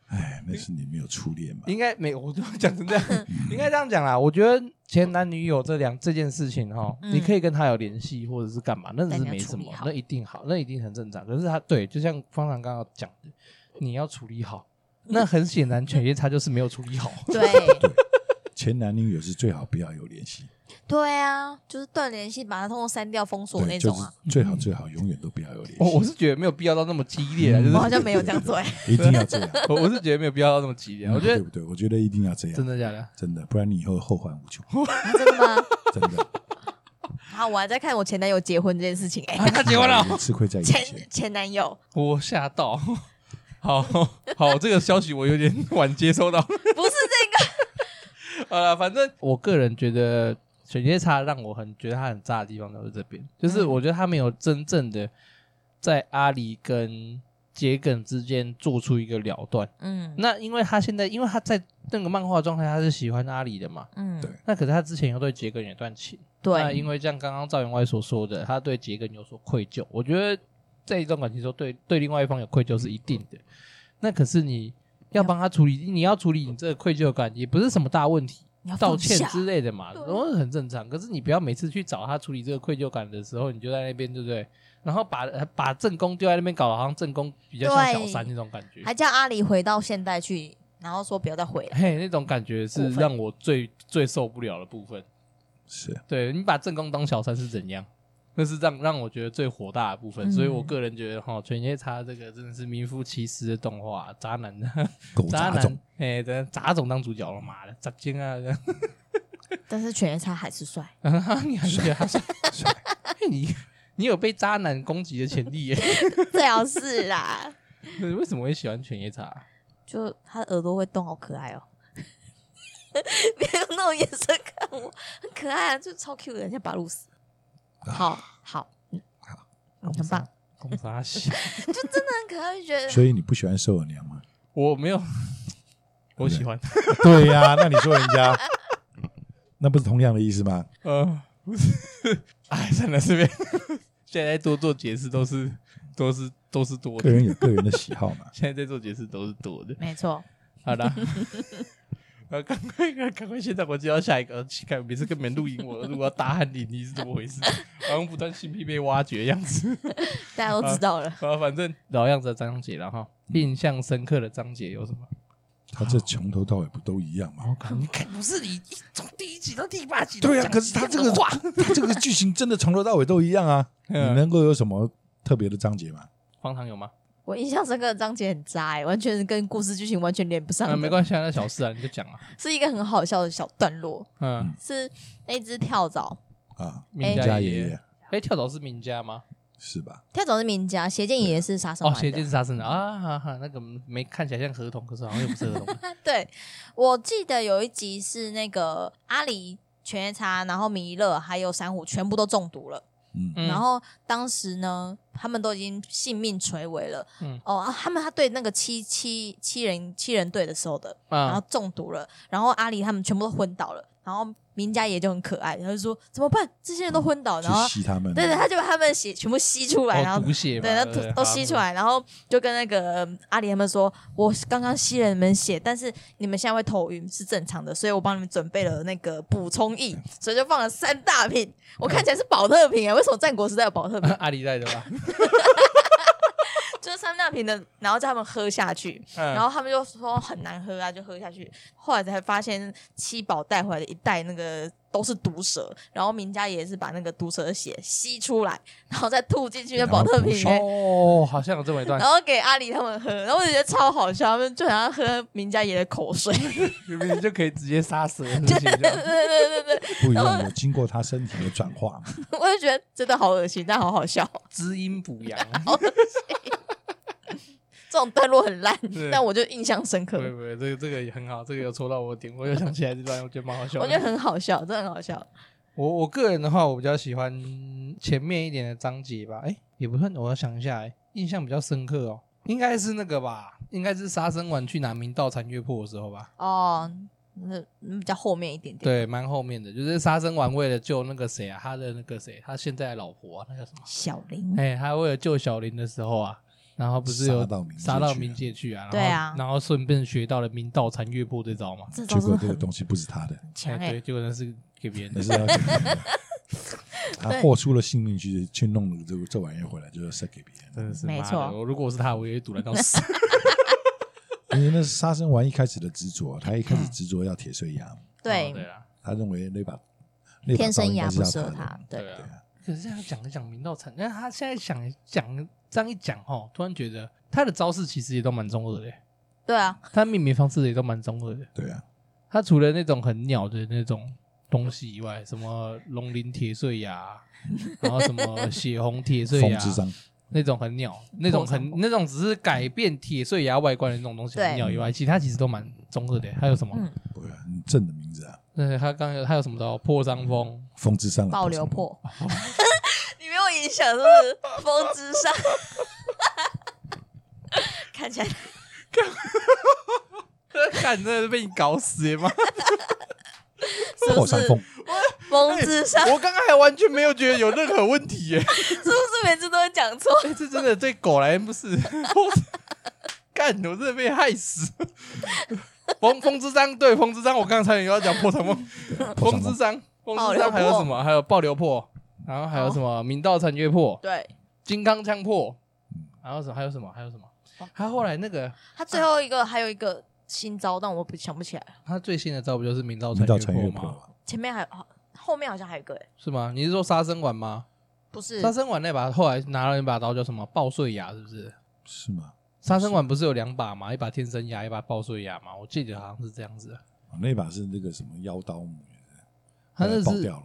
哎，那是你没有初恋嘛？
应该没，我都讲成这
[LAUGHS]
样，应该这样讲啦。我觉得前男女友这两这件事情哈，
嗯
你可以跟他有联系或者是干嘛，那只是没什
但你
么
要处理，好
那一定好，那一定很正常。可是他对，就像方长刚刚讲的，你要处理好，
嗯
那很显然犬夜叉就是没有处理
[LAUGHS]
好。 [LAUGHS]
对
前男女友是最好不要有联系，
对啊，就是断联系，把它通通删掉、封锁那
对，就
种
是
啊。
最好最好永远都不要有联系。
我哦我是觉得没有必要到那么激烈
[LAUGHS]
啊，就
我
是
好像没有这样做欸，
[LAUGHS] 一定要这
[LAUGHS]
样。嗯
我我是觉得没有必要到那么激烈啊，我觉
对
得
不对？我觉得一定要这样，
真的
[LAUGHS]
假的？
真的，不然你以后后患无
[LAUGHS]
穷。
啊真的吗？
真的，
然后我还在看我前男友结婚这件事情，哎，
啊， [LAUGHS] 他结婚了，
一次会在眼前
前。前男友
我吓到。 [LAUGHS] 好好，这个消息我有点晚接收到。
不是
[LAUGHS]
这个，
好了，反正我个人觉得犬夜叉让我很觉得他很渣的地方都是这边，就是我觉得他没有真正的在阿离跟桔梗之间做出一个了断。
嗯
那因为他现在，因为他在那个漫画状态，他是喜欢阿离的嘛，
嗯，
对
那可是他之前又对桔梗有段情，那
对，
因为像刚刚赵员外所说的，他对桔梗有所愧疚，我觉得在一段感情中对对另外一方有愧疚是一定的。那可是你要帮他处理，你要处理你这个愧疚感，也不是什么大问题
你要，啊放
道歉
下
之类的嘛，
对
都很正常。可是你不要每次去找他处理这个愧疚感的时候，你就在那边，对不对？然后把呃把正宫丢在那边搞，好像正宫比较像小三
对
那种感觉。
还叫阿里回到现代去，然后说不要再回来。
嘿，那种感觉是
部分
让我最最受不了的部分。
是
对你把正宫当小三是怎样？那是让让我觉得最火大的部分，
嗯
所以我个人觉得哈，犬夜叉这个真的是名副其实的动画，渣男的
狗
渣
杂种
男，哎，真的渣总当主角了，妈的，渣精啊！
但是犬夜叉还是帅， [LAUGHS]
[LAUGHS] 你还觉得他帅？哎你你有被渣男攻击的潜力耶？
最好是啦，
你 [LAUGHS] 为什么会喜欢犬夜叉？
就他的耳朵会动，好可爱哦。 [LAUGHS] 别用那种眼神看我，很可爱啊，就超 Q 的，像巴鲁斯。
啊
好好，嗯，
好，
很棒，
攻杀小？
很可爱，就觉得
所以你不喜欢瘦耳娘吗？
我没有， [LAUGHS] 我喜欢。
[LAUGHS] 对呀、那你说人家，那不是同样的意思吗？
[LAUGHS] 呃，不是，哎，算了，随便。 [LAUGHS] 现在多做解释都是都是都是多的。
个，人有个 [LAUGHS] 人的喜好嘛
现在在做解释都是多的。
没错。
好的， [LAUGHS] 呃，赶快赶快，现在我就要下一个。看每次跟你们录音，我如果要大汗淋漓是怎么回事？好像不断新癖被挖掘样子。
大家都知
[LAUGHS]
道了，
啊，反正嗯老样子的章节了哈。印象深刻的章节有什
[LAUGHS]
么？
他这从头到尾不都一样吗？
你看，不是你从第一集到第八集
对呀、可是他这个
话，
[LAUGHS] 他这个剧情真的从头到尾都一样 [LAUGHS] 啊！你
嗯
能够有什么特别的章节吗？
荒唐有吗？
我印象深刻的章节很渣、欸，完全是跟故事剧情完全连不上
啊，
的，
没关系啊，那小事啊，你就讲啊。
是一个很好笑的小段落，
嗯，
是那只跳蚤，
啊，
名
家
家
爷
爷
爷
哎，跳蚤是名家吗？
是吧？
跳蚤是名家，邪剑也是杀手
哦，
来
邪
的。
剑是他生的啊，哈哈，那个没看起来像合同，可是好像又不是合
[LAUGHS]
同。
对，我记得有一集是那个阿里、犬夜叉，然后弥勒还有珊瑚全部都中毒了。
嗯，
嗯
然后当时呢，他们都已经性命垂危了。
嗯
哦，啊他们他对那个七七七人七人队的时候的，然后
啊，
中毒了，然后阿里他们全部都昏倒了，然后明家也就很可爱，他就说怎么办？这些人都昏倒，然后
去吸他们。
对对，他就把他们血全部吸出来，然
哦
后
毒血嘛，
对，那啊吐都吸出。来，然后就跟那个嗯阿里他们说，我刚刚吸了你们血，但是你们现在会头晕是正常的，所以我帮你们准备了那个补充 [LAUGHS] 液，所以就放了三大瓶。我看起来是保特瓶啊，为什么战国时代有保特
好
瓶？
[LAUGHS]
[LAUGHS]
阿里带的吧，
就是三大瓶的，然后叫他们喝下去，然
然
后他们就说很难喝啊，就喝下去。后来才发现七宝带回来的一袋那个都是毒蛇，然后明家也是把那个毒蛇的血吸出来，然后再吐进去那保特瓶、欸。
哦，好像有这么一段
然，后给阿里他们喝，然后我就觉得超好笑，他们就想要喝名家爷的
[LAUGHS]
口水，
明明就可以直接杀死人，是不是这
[LAUGHS] 对
样
对对对对，
不一样，有经过他身体的转
[LAUGHS]
化嘛。
我就觉得真的好恶心，但好好笑，
知阴补阳。
这种段落很烂
对，
但我就印象深刻
不，会不会，这个这个也很好，这个有戳到我的点，我又想起来这段，我觉得蛮好笑
我觉得
的。
很好笑，真的很好笑。
我我个人的话，我比较喜欢前面一点的章节吧，哎，也不算，我要想一下，哎，印象比较深刻哦，应该是那个吧，应该是杀生丸去拿明道残月破的时候吧。
哦，那嗯比较后面一点点，
对，蛮后面的，就是杀生丸为了救那个谁啊，他的那个谁，他现在的老婆啊，那个什么，
小林
哎、他为了救小林的时候啊，然后不是有
杀到冥界
杀到
去
冥
了
界去啊，然后
对啊
然后顺便学到了明道残月破这招嘛，
这
结
招真
果
的
这个
很
东西不是
[LAUGHS]
他的，
强
哎
哎、
对，结果那是给别人
那
的，
[LAUGHS]
是他给别人的。他豁出了性命去去弄了这个这玩意儿回来，就是塞给别人的。
真的是
没
妈的
错
我如果我是他，我也会堵拦到死。
因为那是杀生丸一开始的执着，他一开
嗯
始执着要铁碎牙，
哦对
[LAUGHS] 对，
啊，
他认为那把那把
天
刀
生
应该
牙
是
不
要
适合他
他的。，
对
对，
啊。可是这样讲一讲明道残，但他现在想讲这样一讲哦，突然觉得他的招式其实也都蛮中二的耶，
对啊，
他命名方式也都蛮中二的。
对啊，
他除了那种很鸟的那种东西以外，什么龙鳞铁碎牙，然后什么血红铁碎
风
牙，
之章
那种很鸟，那种很那种只是改变铁碎牙外观的那种东西
对
很鸟以外，其他其实都蛮中二的。还有什么？
嗯
不是你正的名字啊，
对，他刚有他有什么招？破伤风，
风之章啊
爆流，
不是
破，
哦
[LAUGHS] 你没有影响是不是？风之上， [LAUGHS] 看起来
[LAUGHS] 看真的是被你搞死耶妈！
是
破
不
山
是
凤，
蒙智商？
我刚刚还完全没有觉得有任何问题 [LAUGHS] 耶、
是不是每次都会讲错？
哎、这真的对狗来不是， [LAUGHS] 我干，我真的被害 [LAUGHS] 死。风风之章，对风之章，我刚才也要讲破产梦，
破
风之
产
章，风
梦
爆
之
流
章还有
破
什么？还有爆流破，然后还有
好
什么明道残月破、
对
金刚枪破
嗯，
然后什么还有什么还有什么
哇？
他后来那个
他最后一个还有一个新招，但我不想不起来了。
他最新的招不就是明道
明道穿
月
越
破吗？
破，
前面还有，后面好像还有一个、欸，
是吗？你是说杀生丸吗？
不是
杀生丸那把后来拿了一把刀叫什么爆碎牙，是不是？
是吗？
杀生丸不是有两把吗？一把天生牙，一把爆碎牙吗？我记得好像是这样子。
哦那把是那个什么妖刀母，呃
他那
后来爆
是
掉了，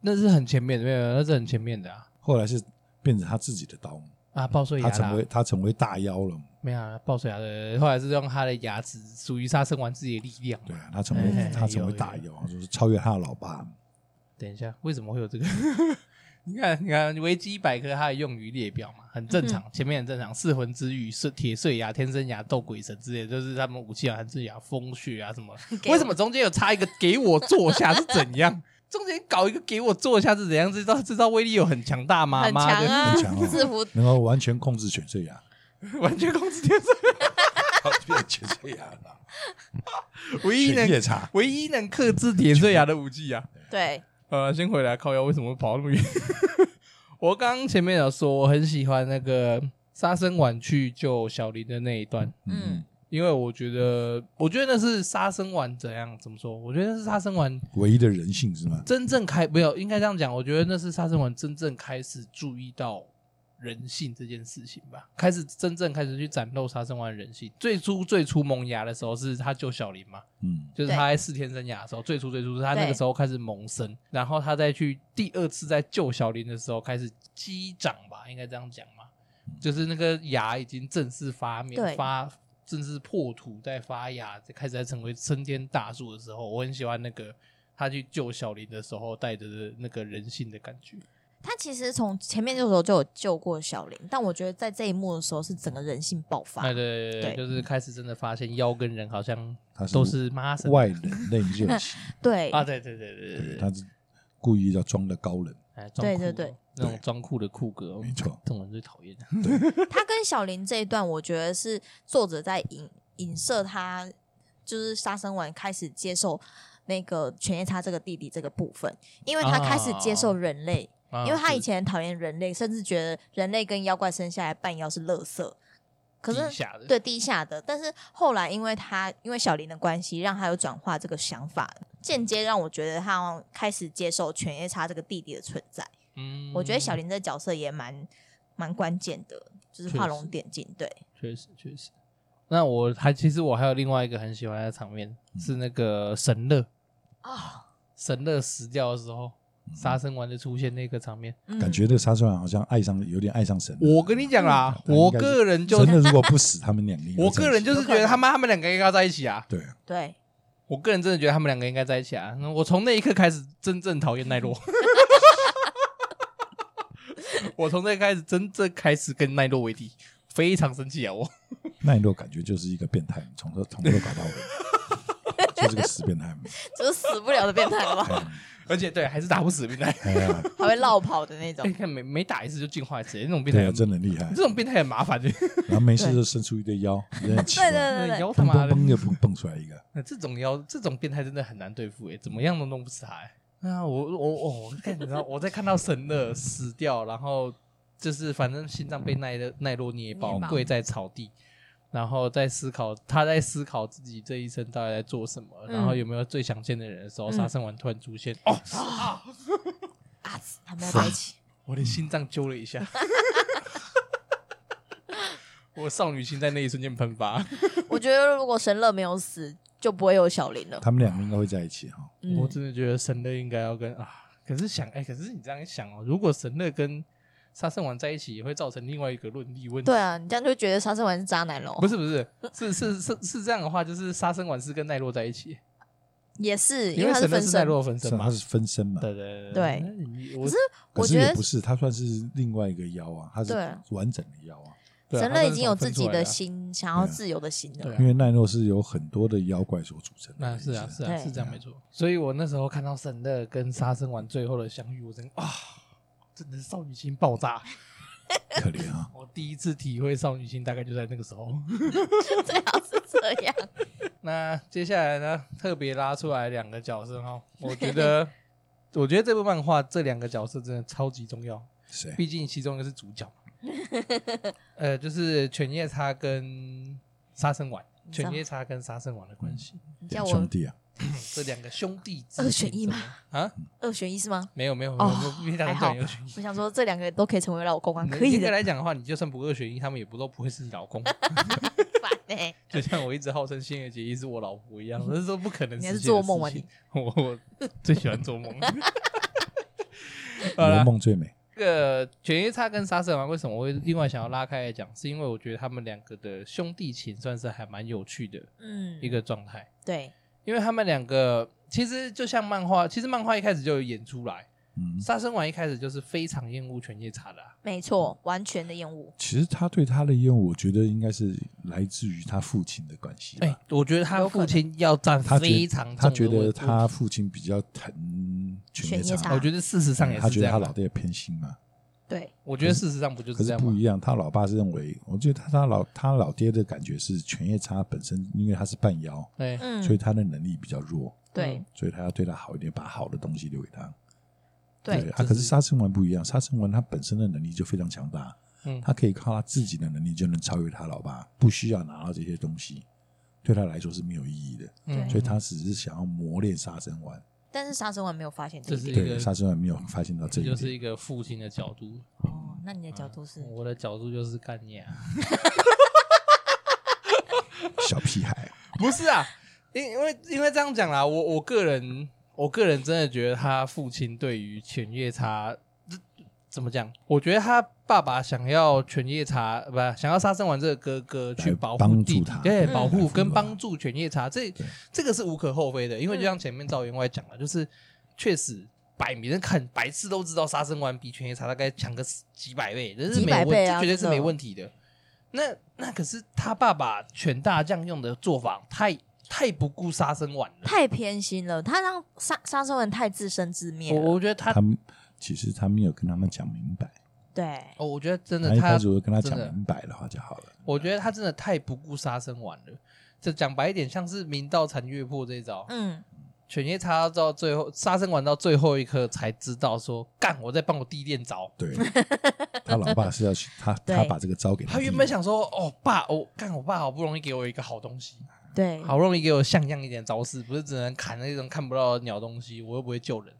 那是很前面的，没有，没有那是很前面的啊！
后来是变成他自己的刀母，
啊，爆碎牙
嗯
啦
他成为他成为大妖了嘛，
没有啊爆碎牙的，后来是用他的牙齿属于杀生丸自己的力量
对
嘛。
啊，他成
哎
为他成为
有
大
有
妖，他就是超越他的老爸，
等一下，为什么会有这个？ [LAUGHS] 你看，你看维基百科它的用语列表嘛，很正常，
嗯
前面很正常，噬魂之玉、是铁碎牙、天生牙、斗鬼神之类的，就是他们武器啊、寒之牙、风血啊什
[LAUGHS]
么。
给我
为什么中间有插一个给我坐下是怎样？中间搞一个给我坐下是怎样？这招这招威力有很强大吗？
很
妈
强
的
啊
很强哦，
[LAUGHS] 制服
能够完全控制犬碎
[LAUGHS]
牙，
啊
完全控制天生 [LAUGHS]
他变犬碎牙了，
唯一能
犬夜叉，
唯一能克制铁碎牙的武器啊！
对
呃，先回来靠腰，为什么会跑那么远？ [LAUGHS] 我刚刚前面有说，我很喜欢那个杀生丸去救小林的那一段，
嗯
嗯，
因为我觉得，我觉得那是杀生丸怎样怎么说？我觉得那是杀生丸
唯一的人性是吗？
真正开，没有应该这样讲，我觉得那是杀生丸真正开始注意到人性这件事情吧，开始真正开始去展露杀生丸的人性。最初最初萌芽的时候是他救小林嘛，
嗯，
就是
对
他在四天生涯的时候，最初最初是他那个
对
时候开始萌生，然后他再去第二次在救小林的时候开始击掌吧，应该这样讲嘛，就是那个牙已经正式发
对
面发，正式破土在发芽，开始在成为参天大树的时候，我很喜欢那个他去救小林的时候带着的那个人性的感觉。
他其实从前面的时候就有救过小林，但我觉得在这一幕的时候是整个人性爆发
哎，。对对对，
对
就是开始真的发现妖跟人好像
他是
都是妈神
外冷内热型，
对
啊，对对对对
对，
对，
他是故意要装的高冷，
哎装
对
酷
对对
那种装酷的酷哥，
没错
这种人最讨厌。
他跟小林这一段，我觉得是作者在影影射他，就是杀生丸开始接受那个犬夜叉这个弟弟这个部分，因为他开始接受人类，
啊
因为他以
是
前很讨厌人类，甚至觉得人类跟妖怪生下来半妖是垃圾。可
地
是
下的
对低下的，但是后来因为他因为小林的关系，让他有转化这个想法，间接让我觉得他好像开始接受犬夜叉这个弟弟的存在。
嗯
我觉得小林这角色也蛮蛮关键的，就是
确
画
实
龙点睛。对，
确实确实。那我还其实我还有另外一个很喜欢的场面是那个神乐，
哦，
神乐死掉的时候，杀生丸就出现那个场面。
嗯
感觉这个沙村好像爱上有点爱上神了。
我跟你讲啦，
嗯
我个人就
真的如果不死，他们两个应该
我个人
在
就
一起
是觉得他妈他们两个应该要在一起啊。
对，
对，
我个人真的觉得他们两个应该在一起啊。那我从那一刻开始真正讨厌奈
[LAUGHS]
落。我从那一刻开始真正开始跟奈落为敌，非常生气啊！我
奈落感觉就是一个变态，从头从头搞到尾，
[LAUGHS]
就是个死变态嘛。
就是死不了的变态，好不
[LAUGHS]
好？
而且对还是打不死变态，
哎呀，
还会绕跑的那
哎，
种。
看每每打一次就进化一次，那种变态
对啊，真的厉害。
这种变态很麻
[LAUGHS]
烦的，
然后没事就伸出一堆腰，也很奇
对
怪，
对对对，
哎妖他
蹦
妈
蹦
的，
蹦又蹦蹦出来一个。
那这种妖这种变态真的很难对付哎，怎么样都弄不死他哎。啊，我我我我看，然后我在看到神乐死掉，然后就是反正心脏被奈勒奈洛捏爆，
捏爆
跪在草地，然后在思考他在思考自己这一生到底在做什么，
嗯
然后有没有最想见的人的时候，杀生丸突然出现，哦，
啊，他们要在一起，
我的心脏揪了一下， [LAUGHS] 我少女心在那一瞬间喷发。
我觉得如果神乐没有死，就不会有小林了。
他们两个应该会在一起哈。
我
嗯，
真的觉得神乐应该要跟啊，可是想哎、可是你这样一想哦，如果神乐跟杀生丸在一起，也会造成另外一个论立问题。
对啊，你这样就觉得沙僧丸是渣男喽
不？是不是，是是是是这样的话，就是杀生丸是跟奈落在一起，
也是，
因
为他
神乐
分
是奈
身。
落分
是
身
啊，
嘛
他。是分身嘛？
对对
对
那你我
可是
可
我
是
觉
也
得
不是，他算是另外一个妖啊，他是
对
完整的妖啊。
对啊
神
它
乐已
是
经
从
有
分
自
出
己
来
的
啊
心，想要
对啊
自由的心
对
[LAUGHS]
啊
了。
因为奈诺是由很多的妖怪所组成的。
那是啊，是啊，
对
是这样没错。所以我那时候看到沈乐跟沙僧丸最后的相遇，我真啊，真的是少女心爆炸。！
可怜啊
我第一次体会少女心，大概就在那个时候。
最好啊是这样。
那接下来呢，特别拉出来两个角色
[LAUGHS]
哈，我觉得，我觉得这部漫画这两个角色真的超级重要，
谁？
毕竟其中一个是主角嘛，
[LAUGHS]
呃，就是犬夜叉跟沙僧丸，
知道
犬夜叉跟沙僧丸的关系，
你 [LAUGHS] 叫
两
我
兄弟啊，
[CLEARS THROAT] 这两个兄弟之
二选
情
一
怎
吗
么样？啊，
二选一是吗？
没有没有，没
哦
有，因为两个
还
转
好
有选一。
我想说这两个都可以成为
[LAUGHS]
老公啊，可以
严格
的。
来讲的话，你就算不二选一，他们也不都不会是你老公。
烦欸
[LAUGHS] 就像我一直号称仙儿结衣是我老婆一样，那时候不可能
嗯你
实现
还是
的事情。
做梦吧你
[LAUGHS] 我我最喜欢
[LAUGHS]
做梦。 [LAUGHS] 好
罗
了，
梦最美。
这个犬夜叉跟沙僧丸为什么我会另外想要拉开来讲，是因为我觉得他们两个的兄弟情算是还蛮有趣的
嗯，
一个状态，
对，
因为他们两个其实就像漫画，其实漫画一开始就有演出来，
嗯，
沙僧丸一开始就是非常厌恶犬夜叉的、啊，
没错，完全的厌恶。
其实他对他的厌恶，我觉得应该是来自于他父亲的关系吧。
哎、我觉得他
有可
父
能
亲要占
他觉
非常
他
重
觉
的
得
位置
他父亲比较疼犬
犬夜叉
我觉得事实上也
他
哦是这
觉得
样
他
啊。
老爹也偏心嘛。
对，
我觉得事实上不就是
可
这
是
样
不
吗
一？样，他老爸是认为，我觉得他他老他老爹的感觉是犬夜叉本身，因为他是半妖，
对，
嗯，
所以他的能力比较弱，
对
所以他要对他好一点，把好的东西留给他。
对，
啊，
就是
可是沙僧丸不一样，沙僧丸他本身的能力就非常强大，
嗯，
他可以靠他自己的能力就能超越他老爸，不需要拿到这些东西，对他来说是没有意义的。
嗯
所以他只是想要磨练沙僧丸，
但是沙僧丸没有发现
这
这一
是
点。
一个
对，沙僧丸没有发现到这
这
一
就
点。
是一个父亲的角度，
哦，那你的角度是？
我的角度就是干你啊，
小屁孩，
[LAUGHS] 不是啊，因因为因为这样讲啦，我我个人我个人真的觉得他父亲对于犬夜叉这怎么讲？我觉得他爸爸想要犬夜叉不想要沙僧丸这个哥哥去
来
保护
帮
弟
助
弟
他，
对，
嗯
保
来
护
辅
跟
导
帮助犬夜叉，这
对
这个是无可厚非的，因为
嗯
就像前面赵员外讲了，就是确实。摆明的看，白痴都知道沙僧丸比犬夜叉大概强个几百倍，这是
几
没
百
问，
倍
这
啊
绝对是
真的
没问题的。那那可是他爸爸犬大将用的做法太太不顾杀生丸了。
太偏心了，他让沙沙僧丸太自生自灭
我
了。
我觉得他
他，们其实他没有跟他们讲明
[LAUGHS]
白，
对，
哦，我觉得真
他
的
一
他
开始，我跟他讲
真的
明白的话就好了。
我觉得他真的太不顾杀生丸了。这讲白一点，像是明道残月破这一招，
嗯，
犬夜叉到最后杀生丸到最后一刻才知道说，干我在帮我弟练招。 [LAUGHS]
对，他老爸是要去他
对
他把这个招给
他
弟弟
原本想说，哦爸，我、干我爸好不容易给我一个好东西，
对，
好不容易给我像样一点招式，不是只能砍那种看不到的鸟东西，我又不会救人，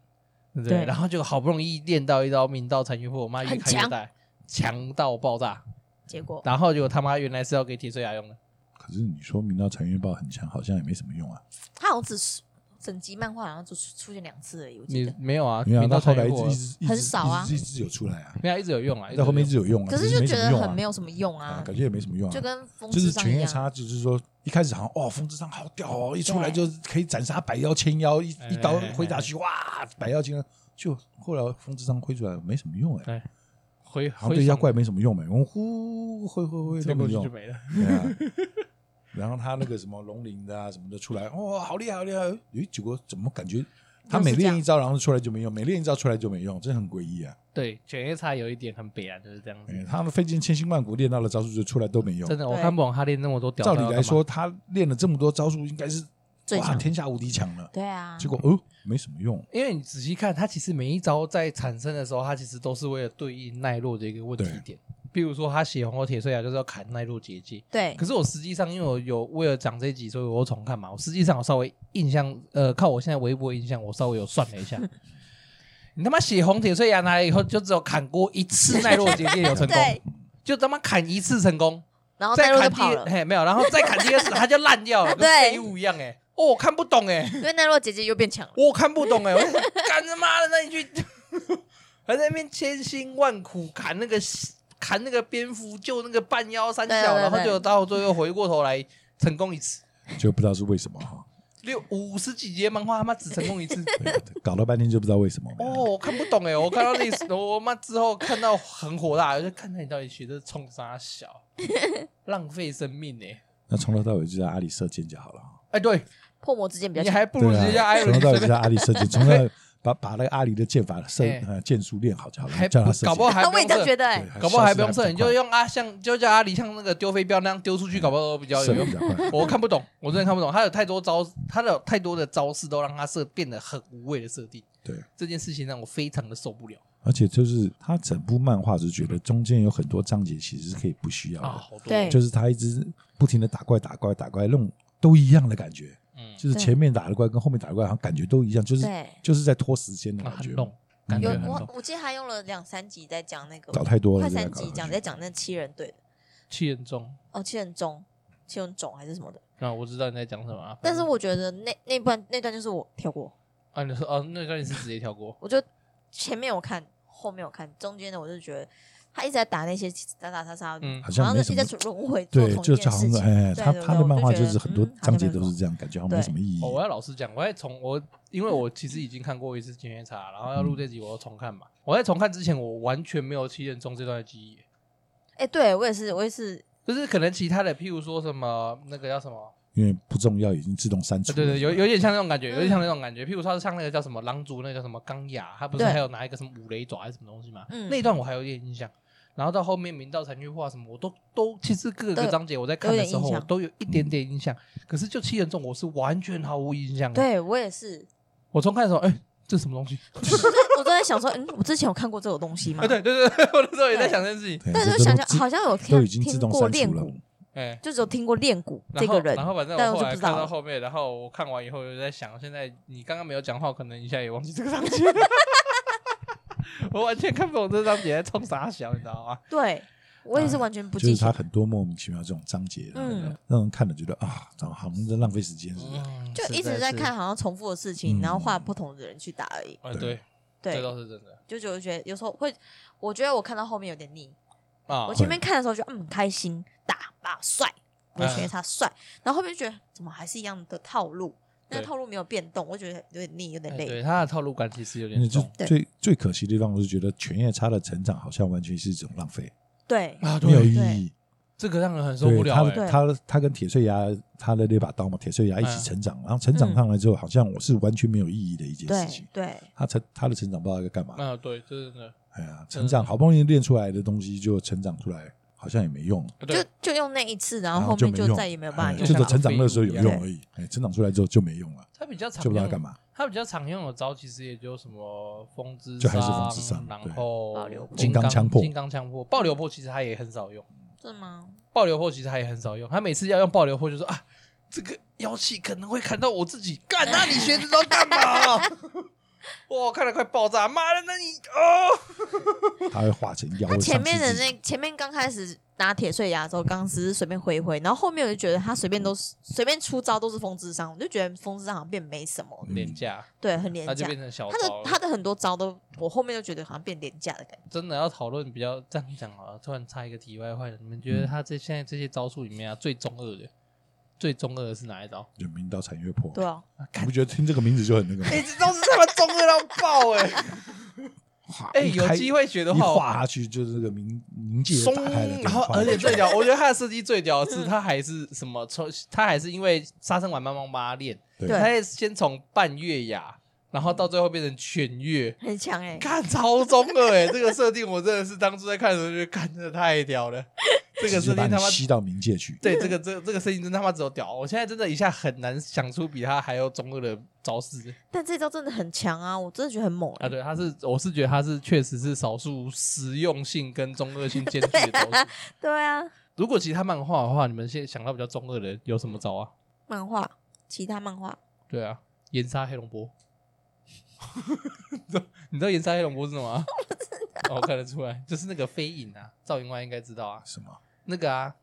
对不对？
对
然后就好不容易练到一刀明道残余破，我妈越看越带，强到爆炸。
结果
然后结果他妈原来是要给铁碎牙用的，
可是你说明道残月报很强，好像也没什么用啊。
他好像只是整集漫画好像就出出现两次而已，我记
你
得。
没有啊？
没有啊，
明道
到后
残
来
余
一
破
直一直一直
很少啊
一直一直有出来啊，
没有啊一直有用啊，
在后面一
有
直有用啊，
可是
是
就
没
觉
什么
得
用
很
啊
没有什么用
啊
啊，
感觉也没什么用啊
就。跟风
就
之
是
上
犬
一
夜
样。
叉，就是说一开始好像哦，风之伤好屌哦，一出来
对
就可以斩杀百妖千妖，一
哎
一刀挥下去，哇，百妖千妖。就后来风之伤挥出来没什么用哎、
对回
好像
回
对
上
妖怪没什么用哎没，我们呼挥挥挥
吹
都
过
没
去
用
就，没了。[LAUGHS]
对啊。然后他那个什么龙鳞的啊什么的出来，哇，好厉害，好厉害！咦，结果怎么感觉他每
就是这
练
样
一招，然后出来就没用，每练一招出来就没用，真的很诡异啊！
对，犬夜叉有一点很北啊，就是这样子
哎。他们费尽千辛万苦练到的招数，就出来都没用
真。的，我
对
看不懂他练那么多屌。
照理来说，，他练了这么多招数，应该是
最
哇
强
天下无敌强了。
对啊，
结果哦，没什么用。
因为你仔细看，它其实每一招在产生的时候，它其实都是为了对应奈落的一个问题
对
点。比如说，他写红火铁碎牙就是要砍奈落结界。
对
可，是我实际上，因为我有为了讲这一集，所以我又重看嘛。我实际上我稍微印象，呃，靠我现在微博印象，我稍微有算了一下。你他妈血红铁碎牙拿来以后，就只有砍过一次奈落结界有成功，
[LAUGHS] 对，
就他妈砍一次成功，
然后
再
带路就
砍
跑了
第，嘿没有，然后再砍第二次，它就烂掉了，跟
对
废物一样哎、哦，我看不懂哎、
因为奈落姐姐又变强了。
我看不懂哎、我就想 [LAUGHS] 干他妈的那一句， [LAUGHS] 还在那边千辛万苦砍那个砍那个蝙蝠，救那个半妖三小，
对对对
然后就到最后回过头来成功一次，
就不知道是为什么
[LAUGHS]
哈，
六五十几节漫画他妈只成功 [LAUGHS] 一次。
对搞了半天就不知道为什么。
哦，我看不懂 [LAUGHS]
[LAUGHS]
哎、我看到历史，我妈之后看到很火大，我就看他你到底学的冲啥小，浪费生命呢、欸
那从头到尾就叫阿里射箭就好了啊。
哎，对，
破魔之剑比较
你
强，
还不如直接叫艾
从头
伦
到尾
随
就
便，
叫阿里射箭，
[LAUGHS]
从那把把那个阿里的剑法射
哎
呃剑术练好就好
还
了，叫他射
搞不好
箭。
还
啊，
不
[LAUGHS] 我也
用
这样
射，
觉得、欸
对。
搞不好还不用
射
射，
得
你
比较
就用阿像，就叫阿里像那个丢飞镖那样丢出去，搞不好都比较有
快射得
用
比。较快。
[LAUGHS] 我看不懂，我真的看不懂，他有太多招，他的太多的招式都让他设变得很无谓的设定，
对，
这件事情让我非常的受不了
而且就是他整部漫画就觉得中间有很多章节其实是可以不需要
啊，
的，
好多
对
就是他一直不停的打怪打怪打怪，那种都一样的感觉，
嗯
就是
对
前面打的怪跟后面打的怪好像感觉都一样，就是
对
就是在拖时间的
啊
感觉
很。弄，感觉
有
很弄
我，我记得他用了两三集在讲那个，
找太多了，
快
就在
三
搞
集讲在讲那七人队的，
气人重。
哦，七人中、七人种还是什么的。
那我知道你在讲什么啊，
但
嗯
是我觉得那那段那段就是我跳过，
啊，你说哦，那段你是直接跳过，
我就前面我看，后面我看，中间的我就觉得他一直在打那些打打杀杀，
嗯
好像
是
没
一
什
直
么
在轮回做
对，
同
就
一
是
件
好像
事
是
情。
哎，
对
他
对
他
对
的
我
漫
就
画
觉
就
得
是很多
嗯好像
章节
没
都
错
是这样，感觉好像
对
没什么意义
哦，。我要老实讲，我在重我，因为我其实已经看过一次《金月茶》，然后要录这集，我要重看嘛。我在重看之前，我完全没有七人中这段的记忆，
哎、对我也是，我也是，
就是可能其他的，譬如说什么那个叫什么，
因为不重要已经自动删除
呃
了。
对对，有有点像那种感觉，
嗯
有点像那种感觉。譬如说像那个叫什么狼族，那个叫什么钢牙，他不是
对
还有拿一个什么五雷爪还是什么东西嘛？
嗯
那一段我还有点印象。然后到后面明道残月化什么，我都都其实各
都
个
有
章节我在看
有
的
点
时候，
印
我
象
都有一点点印象。可是就七人众，我是完全毫无印象的。
对我也是，
我重看的时候，哎，这什么东西？
[LAUGHS]
[LAUGHS]
我都在想说，嗯，我之前有看过这种东西吗？
啊，对对对，我那时候也在想这件事情。
对，
但是
这
就想
都
想，
自
好像有
都
听
已经自
听
动
过
删
练
除了
骨，，
哎，
就只有听过练骨
然
这
后
个人
然，后反正
但
我后
我就
来
不知
看
道
到
了
后面，然后我看完以后又在想，现在你刚刚没有讲话，可能一下也忘记这个章
[LAUGHS]
节了。我完全看不懂这章节在冲啥小，你知道吗？
对我也是完全不
啊就
记
是
得。
他很多莫名其妙这种章节，
嗯
让人看了觉得啊，怎么好像在浪费时间似
嗯
的。
就一直嗯在看，。好像重复的事情，
嗯
然后换不同的人去打而已。
啊，对，这
嗯对，
倒是真的
就就觉得有时候会，我觉得我看到后面有点腻。
啊
我。前面看的时候就嗯开心，打吧帅，我
嗯
觉得他帅，然后后面就觉得怎么还是一样的套路，那
对
个套路没有变动，我觉得有点腻，有点
哎
累。
对他的套路感其实有
那
点
就
重
对
最最可惜的地方，我就觉得犬夜叉的成长好像完全是一种浪费，
对
啊，
没有
对，
意义。
这个让人很受不
对他
了
的
哎。
他的他跟铁碎牙他的那把刀嘛，铁碎牙一
嗯
起成长，然后成长上来之后，好像我是完全没有意义的一件事情
对。对，
他成他的成长不知道该干嘛，
啊，对，这是真的。
哎呀，成长好不容易练出来的东西就成长出来，好像也没用，
就
对，
就用那一次，然
然
后后
就
面
没
就
用，
再也没有办
哎
法
就
用
是
浪
了。
费
成长那时候有
对
用而已，哎，成长出来之后就没用了，
他比较常
就不知道
用
干嘛。
他比较常用的招其实也就什么风之
就还是风之伤
然
对
后
爆流破
金
金刚枪破
金刚枪破、爆流破其实他也很少用，
是吗？
爆流破其实他也很少用，他每次要用爆流破就说啊，这个妖气可能会砍到我自己，干啊，你学这招干
[LAUGHS]
嘛？哇，看得快爆炸，妈的，那你哦，
他会化成妖。
他前面的
会丧失自己
那前面刚开始拿铁碎牙的时候，刚只是随便挥一挥，然后后面我就觉得他随便都是随便出招都是风之伤，我就觉得风之伤好像变没什么，
嗯
廉价，
对，很廉
那就
价
变。成小
他
招
的
了。
他的很多招都，我后面就觉得好像变廉价的感觉。
真的要讨论比较这样讲好了，突然插一个题外话，你们觉得他这现在这些招数里面啊，最中二的，最中二的是哪一招？
人民到产月破，
对啊，
你不觉得听这个名字
[LAUGHS]
就很那个吗？
哎，这招是他妈中二到爆 [LAUGHS] 哎！哎，有机
会
会学的
一
话，
画下去就是这个冥冥界
松
打开了，
然后而且嗯最 [LAUGHS] 屌，我觉得他的设计最屌的是，他还是什么从他还是因为杀生丸慢慢把它练，
对
他
对，
也先从半月牙，然后到最后变成全月，
很强哎、
看超中二 [LAUGHS] 哎、这个设定我真的是当初在看的时候就觉得看真的太屌 [LAUGHS] 了，这个设定他妈
吸到冥界去，
对这个这这个设定真他妈只有屌，我现在真的一下很难想出比他还要中二的招式
但这招真的很强啊，我真的觉得很猛、
啊！对，他是我是觉得他是确实是少数实用性跟中二性兼具的招式。
对啊，
如果其他漫画的话，你们现在想到比较中二的有什么招啊？
漫画，其他漫画
对啊，岩杀黑龙波。 [LAUGHS] 你知道你知道岩杀黑龙波是什么、啊？哦， [LAUGHS] 我看得出来，就是那个飞影啊，赵云外应该知道啊，
什么
那个啊，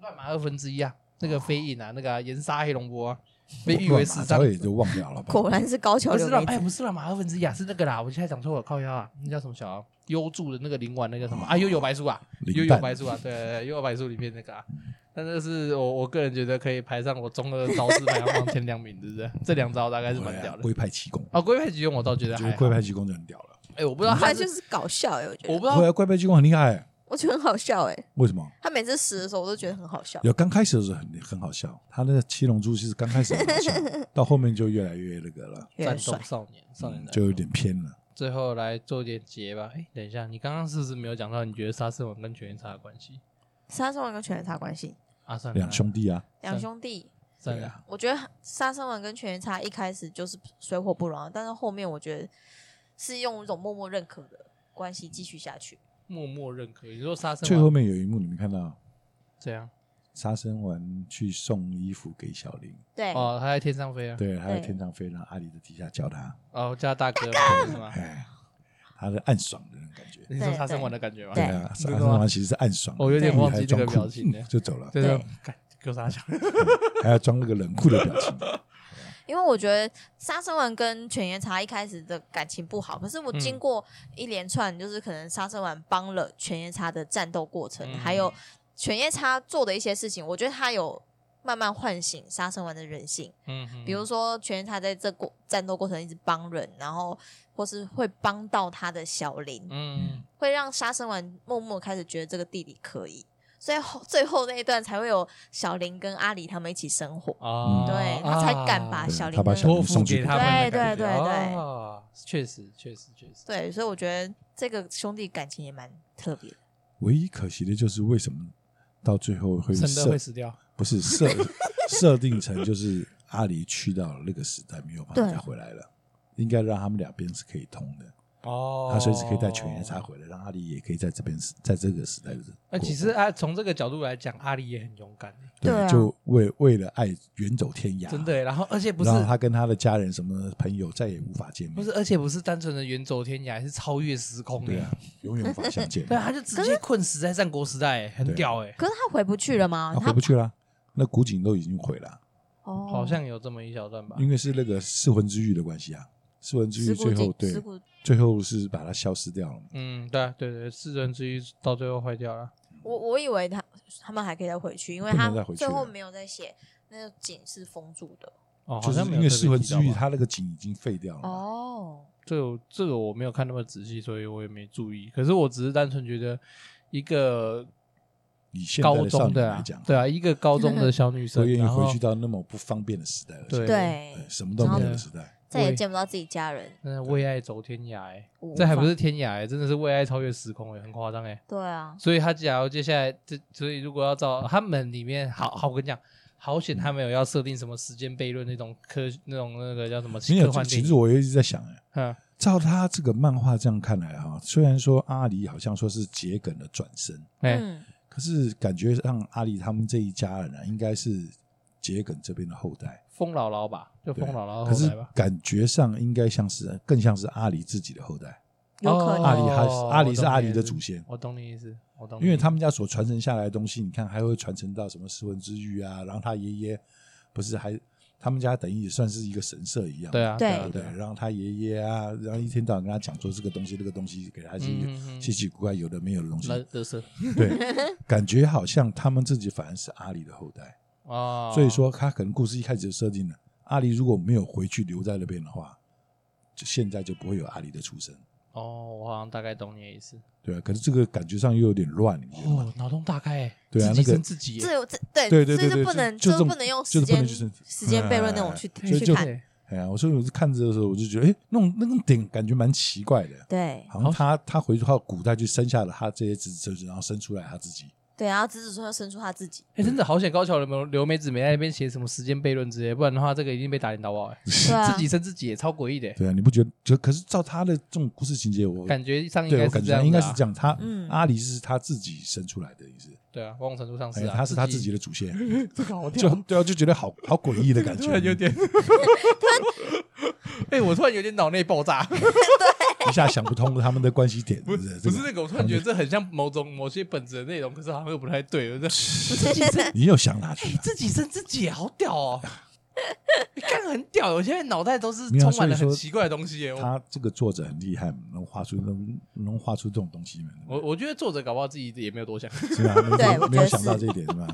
乱码二分之一啊，那个飞影啊，那个啊岩杀黑龙波啊，被誉为史上
早也就忘掉了吧？
果然是高桥
不是
留
乱
美
哎
子，
不是乱码二分之一啊，是那个啦，我现在讲错了，靠腰啊，那叫什么小啊？幽助的那个灵丸那个什么啊？幽游白书啊，幽
林
游
哦丹
白书啊，对对对，幽游白书里面那个啊。但这是我我个人觉得可以排上我中二招式排行榜前两名，对不
[LAUGHS]
对？这两招大概是蛮屌的。
龟派气功，
啊，龟派吉翁我倒觉得
我觉
还
得
好
嗯龟，派气功就很屌了。啊
哎，我不知道他
他
是
就是搞笑哎、我觉
我
得
不知道
对啊，龟派气功很厉害，
我觉得很好笑哎、
为什么？
他每次死的时候，我都觉得很好笑。
有刚开始的时候很很好笑，他那个七龙珠是刚开始
[LAUGHS]
很好笑，到后面就越来越那个了，
越
战
来越帅
斗，少年，少年
嗯
来
就有
了
点偏了。
最后来做点结吧。哎，等一下，你刚刚是不是没有讲到？你觉得沙僧王跟犬夜叉的关系？
沙僧王跟犬夜叉关系，
啊，算了，
两兄弟啊，
两兄弟。
算
对
了
啊，
我觉得沙僧王跟犬夜叉一开始就是水火不容，啊但是后面我觉得是用一种默默认可的关系继续下去。
默默认可。你说沙僧
最后
王
面有一幕你们看到
怎样？
沙僧丸去送衣服给小林，
对，
哦，他在天上飞啊。
对，他在
对
天上飞，让阿里的底下叫他，
哦，叫他大哥嘛是
[LAUGHS]
吗？
哎，他的暗爽的那种感觉。
你说
对
沙僧
对
王的感觉吗？
对
啊，沙
真的
僧
吗
丸其实是暗爽的，
我有点
对
忘
还
记
要
这
装
个
酷
表情了，
[LAUGHS] 就走了，
就是
对
干给我傻笑。
还要装那个冷酷的表情。
因为我觉得沙僧丸跟犬夜叉一开始的感情不好，可是我
嗯
经过一连串，就是可能沙僧丸帮了犬夜叉的战斗过程，
嗯
还有犬夜叉做的一些事情，我觉得他有慢慢唤醒沙僧丸的人性。
嗯嗯
比如说犬夜叉在这过战斗过程一直帮人，然后或是会帮到他的小林，
嗯，
会让沙僧丸默默开始觉得这个弟弟可以，所以后最后那一段才会有小林跟阿里他们一起生活，
啊，
对他才敢
啊
把
对
小林
他把
跟
小林
托付给他们的感觉。
对对对对
哦确实确实确实。
对，所以我觉得这个兄弟感情也蛮特别的。
唯一可惜的就是为什么到最后会
神乐
设
会死掉，
不是设设定成就是阿离去到那个时代没有办法
对
再回来了，应该让他们两边是可以通的，
哦
他随时可以带犬夜叉。回来，让阿离也可以在这边时在这个时代的。
那其实啊，从这个角度来讲，阿里也很勇敢，欸
对，
对啊
就为为了爱远走天涯，
真的欸耶。然后而且不是
然后他跟他的家人什么朋友再也无法见面，
不是，而且不是单纯的远走天涯，是超越时空
对
的
啊。，永远无法相
[LAUGHS]
见。
对啊，他就直接困死在战国时代，
啊
很屌哎。
可是他回不去了吗？
他
他
回不去了，那古井都已经毁了，
哦，
好像有这么一小段吧？
因为是那个噬魂之玉的关系啊。噬魂之
尸
玉
骨
最后
精，
对
尸骨
最后是把它消失掉了嘛，
嗯，对啊对对，四人之
嗯
一到最后坏掉了。
我我以为他他们还可以再回去，因为
不能
他
再回去
最后
了
没有再写那个井是封住的。
哦，好
就是
像没
因
有
为
特别
噬魂
提
之
到
玉
吧
它那个井已经废掉了嘛，
哦，
这个这个我没有看那么仔细，所以我也没注意。可是我只是单纯觉得，一个
以现在
高
的少
中
女
的
来
啊
讲，，
对啊，一个高中的小女
都
生，
愿意
然后
回去到那么不方便的时代了，
对
对，
哎什么都没有的时代，
再也
喂
见不到自己家人。
真的为爱走天涯、欸，
无
这还不
法
是天涯、欸，真的是为爱超越时空、欸，很夸张哎。
对啊，
所以他假如接下来这，所以如果要照他们里面，好好我跟你讲，好险
嗯
他们有要设定什么时间悖论那种科那种那个叫什么
没有
科，幻
其
电
实
影，
我也一直在想，哎，
嗯
照他这个漫画这样看来哈，虽然说阿离好像说是桔梗的转身，
哎、
嗯，
可是感觉上阿离他们这一家人啊，应该是桔梗这边的后代，
风姥姥吧，就
对
风姥姥
可
后
是
来吧。
感觉上应该像是更像是阿离自己的后代，
有可
哦
能
阿里还是
我
阿里是
懂你
阿里的
意思
祖先
我懂你意思，我懂你意思，
因为他们家所传承下来的东西，你看还会传承到什么石魂之玉啊，然后他爷爷不是还他们家等于也算是一个神社一样，
对啊，
对
啊
对不
对
对
啊，？
然后他爷爷啊，然后一天到晚跟他讲说这个东西那个东西，给他
嗯嗯
一些
嗯
稀奇古怪有的没有的东西，
那得瑟
对，感觉好像他们自己反而是阿里的后代，
啊，
所以说他可能故事一开始就设定了阿里如果没有回去留在那边的话，就现在就不会有阿里的出生。
哦，我好像大概懂你的意思。
对啊，可是这个感觉上又有点乱，你觉得吗？
哦，脑洞大开欸，
对
自
啊
己
那个
生自己欸，
这有这对
对对
所以
对对
就不
就
能
就这
就
种
不能用
就
时
是不
间
能就是
时间悖论那种
哎
去
就
去
就
看。
对
哎呀，我所以我就看着的时候，我就觉得，哎，那种那种点感觉蛮奇怪的，
对
好像他他回到古代去生下了他这些侄子，然后生出来他自己。
对，然后子子孙孙生出他自己，
哎、真的好险！高桥留留美子没在那边写什么时间悖论之类，不然的话，这个一定被打脸到爆、
[LAUGHS]
欸。
对啊
自，己生自己也超诡异的欸、
对啊，你不觉得？就可是照他的这种故事情节，我
感觉上应
对
该
我
是
感
这
觉
样、啊
上应该是这
样，
样。他
嗯
阿离是他自己生出来的意思，
对啊，某种程度上
哎
是、啊，
他是他自己的祖先，
这个好
[LAUGHS] 就
屌，
对啊，就觉得好好诡异的
[LAUGHS]
感
突
觉
然，有点，
[LAUGHS]
哎、我突然有 [LAUGHS] 点脑内爆炸，
一下想不通他们的关系点，
不
是
是不是那个，我突然觉得这很像某种某些本子的内容，可是好像又不太对，我这 [LAUGHS]
这个你又想哪去了？啊
自己生自己也好屌哦、你看很屌，我现在脑袋都是
没有啊
充满了
所以
很
说
奇怪的东西、欸。我
他这个作者很厉害，能画出能能画出这种东西吗？
我我觉得作者搞不好自己也没有多想， [LAUGHS]
[LAUGHS] 是吧？没
对
有
我
没
觉
有
得
想
是
到这一点是吧？